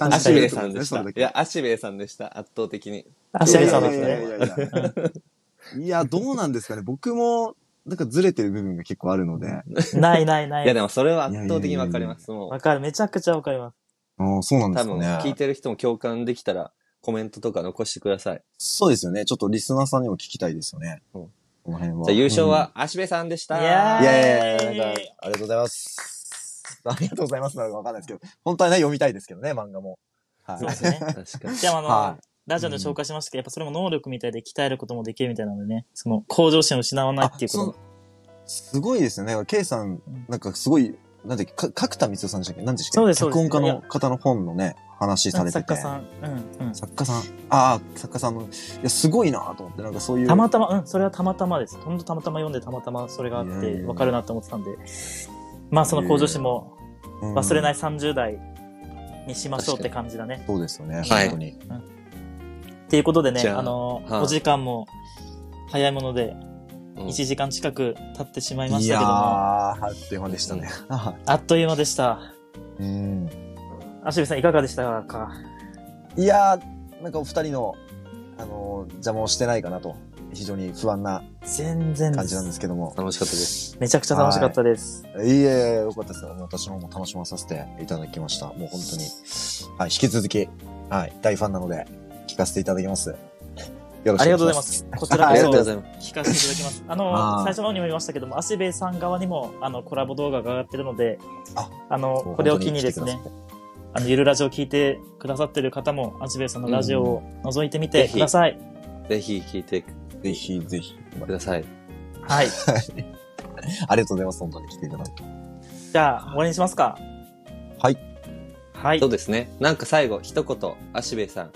[SPEAKER 1] ア
[SPEAKER 3] じて
[SPEAKER 1] シ
[SPEAKER 3] る
[SPEAKER 1] ベ
[SPEAKER 3] っ
[SPEAKER 1] イ
[SPEAKER 3] て
[SPEAKER 1] さ
[SPEAKER 3] こと
[SPEAKER 1] んで
[SPEAKER 3] ね
[SPEAKER 1] し
[SPEAKER 3] そ
[SPEAKER 1] た。
[SPEAKER 3] れ
[SPEAKER 1] い
[SPEAKER 3] だけ
[SPEAKER 1] や、アシベイさんでした。圧倒的に。
[SPEAKER 2] あ、
[SPEAKER 1] い
[SPEAKER 2] シ
[SPEAKER 1] や
[SPEAKER 2] ェ
[SPEAKER 1] い
[SPEAKER 2] リ
[SPEAKER 1] や
[SPEAKER 2] さん
[SPEAKER 1] い
[SPEAKER 2] で
[SPEAKER 1] やい
[SPEAKER 2] すね
[SPEAKER 1] や。
[SPEAKER 3] いやいやいやいやいや、どうなんですかね。僕も、なんかずれてる部分が結構あるので。
[SPEAKER 2] ないないない
[SPEAKER 1] や、
[SPEAKER 2] い。
[SPEAKER 1] でもそれは圧倒的にわかります。も
[SPEAKER 2] わ
[SPEAKER 1] う、
[SPEAKER 2] かる。めちゃくちゃわかります。
[SPEAKER 3] ああ、そうなんで
[SPEAKER 1] 多
[SPEAKER 3] すか
[SPEAKER 1] 分、
[SPEAKER 3] ね。
[SPEAKER 1] 聞いてる人も共感できたら、コメントとか残してください。
[SPEAKER 3] そうですよね。ちょっとリスナーさんにも聞きたいですよね。
[SPEAKER 1] うん
[SPEAKER 3] この辺は。
[SPEAKER 1] じゃあ優勝は、アシベイさんでした。
[SPEAKER 2] いや
[SPEAKER 3] うん。いやいやいや、
[SPEAKER 2] イエーイ
[SPEAKER 3] なんか、ありがとうございます。ありがとうございますなのかわかんないですけど、本当はね、読みたいですけどね、漫画も。はい
[SPEAKER 2] そう。ですね。
[SPEAKER 1] 確かに。
[SPEAKER 2] でもあの、
[SPEAKER 3] は
[SPEAKER 2] ラジオで紹介しましたけど、やっぱそれも能力みたいで鍛えることもできるみたいなのでね、その向上心を失わないっていうこと
[SPEAKER 3] あ
[SPEAKER 2] も
[SPEAKER 3] そう。すごいですよね。ケイさん、なんかすごい、なんていうか、角田光代さんでしたっけ何でしたっけ
[SPEAKER 2] そうですそうです
[SPEAKER 3] 脚本家の方の本のね、話されてて。
[SPEAKER 2] 作家さん。うん、う
[SPEAKER 3] 作家さん。ああ、作家さんの、いや、すごいなと思って、なんかそうい
[SPEAKER 2] ん。
[SPEAKER 3] う。
[SPEAKER 2] たまたま、うん、それはたまたまです。ほんとたまたま読んでたまたまそれがあっ
[SPEAKER 3] いやいやい
[SPEAKER 2] て、
[SPEAKER 3] や
[SPEAKER 2] わかるなと思ってたんで、まあその向上心も
[SPEAKER 3] うん
[SPEAKER 2] 忘れない30代にしましょうって感じだね。
[SPEAKER 3] そうですよね。
[SPEAKER 1] はい
[SPEAKER 3] 本当に。
[SPEAKER 2] っていうことでね、
[SPEAKER 1] じゃあ
[SPEAKER 2] あの、
[SPEAKER 1] はい
[SPEAKER 2] お時間も早いもので、
[SPEAKER 1] うん
[SPEAKER 2] 1時間近く経ってしまいま
[SPEAKER 3] い
[SPEAKER 2] し
[SPEAKER 3] や
[SPEAKER 2] た
[SPEAKER 3] ー、
[SPEAKER 2] けども、
[SPEAKER 3] あっという間でしたね。
[SPEAKER 2] あっという間でした。
[SPEAKER 3] うん。
[SPEAKER 2] 足部さんいかがでしたか
[SPEAKER 3] いやー、なんかお二人の、あのー邪魔をしてないかなと、非常に不安な
[SPEAKER 2] 全然で。
[SPEAKER 3] 感じなんですすけども。
[SPEAKER 1] 楽しかったです。
[SPEAKER 2] めちゃくちゃ楽しかったです。
[SPEAKER 3] いえいえ、よかったです。私の方も楽しまさせていただきました。もう本当に。はい、引き続き、はい、大ファンなので、聞かせていただきます。よろしく
[SPEAKER 2] ありが
[SPEAKER 3] お願いします。
[SPEAKER 2] とうございま。す。こちら
[SPEAKER 1] あ
[SPEAKER 2] こ
[SPEAKER 1] りがと
[SPEAKER 2] そう
[SPEAKER 1] ございます。
[SPEAKER 2] 聞かせていただきます。あの、
[SPEAKER 3] あー
[SPEAKER 2] 最初の方にも言いましたけども、足部さん側にも、あの、コラボ動画が上がってるので、
[SPEAKER 3] あ
[SPEAKER 2] の、これを機にですね、。あの、ゆるラジオ聞いてくださってる方も、足部さんのラジオを覗いてみてください。
[SPEAKER 1] ぜひ聞いて
[SPEAKER 3] ぜひぜひ。
[SPEAKER 1] ください。
[SPEAKER 2] はい。
[SPEAKER 3] ありがとうございます。本当に来ていただいて。
[SPEAKER 2] じゃあ、終わりにしますか。
[SPEAKER 3] はい。
[SPEAKER 2] はい
[SPEAKER 1] そう。ですね。なんか最後、一言、アシベイさん、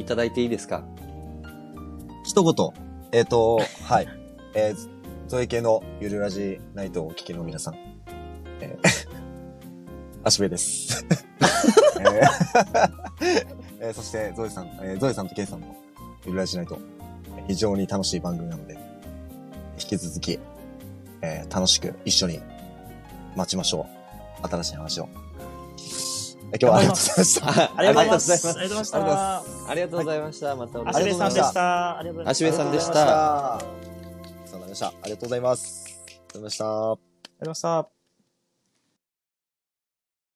[SPEAKER 1] いただいていいですか
[SPEAKER 3] 一言。えっ、と、はい。えー、ゾエ系のゆるラジナイトをお聞きの皆さん。え ー、足部です。えーえーそして、ゾエさん、えーゾエさんとケイさんのゆるラジナイト、非常に楽しい番組なので、引き続き、えー楽しく一緒に待ちましょう。新しい話を。えー今日はありがとうございました。
[SPEAKER 1] あ
[SPEAKER 2] ありがとうございます。
[SPEAKER 1] あ
[SPEAKER 2] ありがとうご
[SPEAKER 3] ありがとうござい
[SPEAKER 2] ざいま。
[SPEAKER 3] ます
[SPEAKER 1] りがとうございました。またお願いします
[SPEAKER 2] 足部さんでした。ありがとうございました。
[SPEAKER 1] 足部さんでした
[SPEAKER 3] ありがとうございました。ありがとうございます。ありがとうございました。
[SPEAKER 2] ありがとうございました。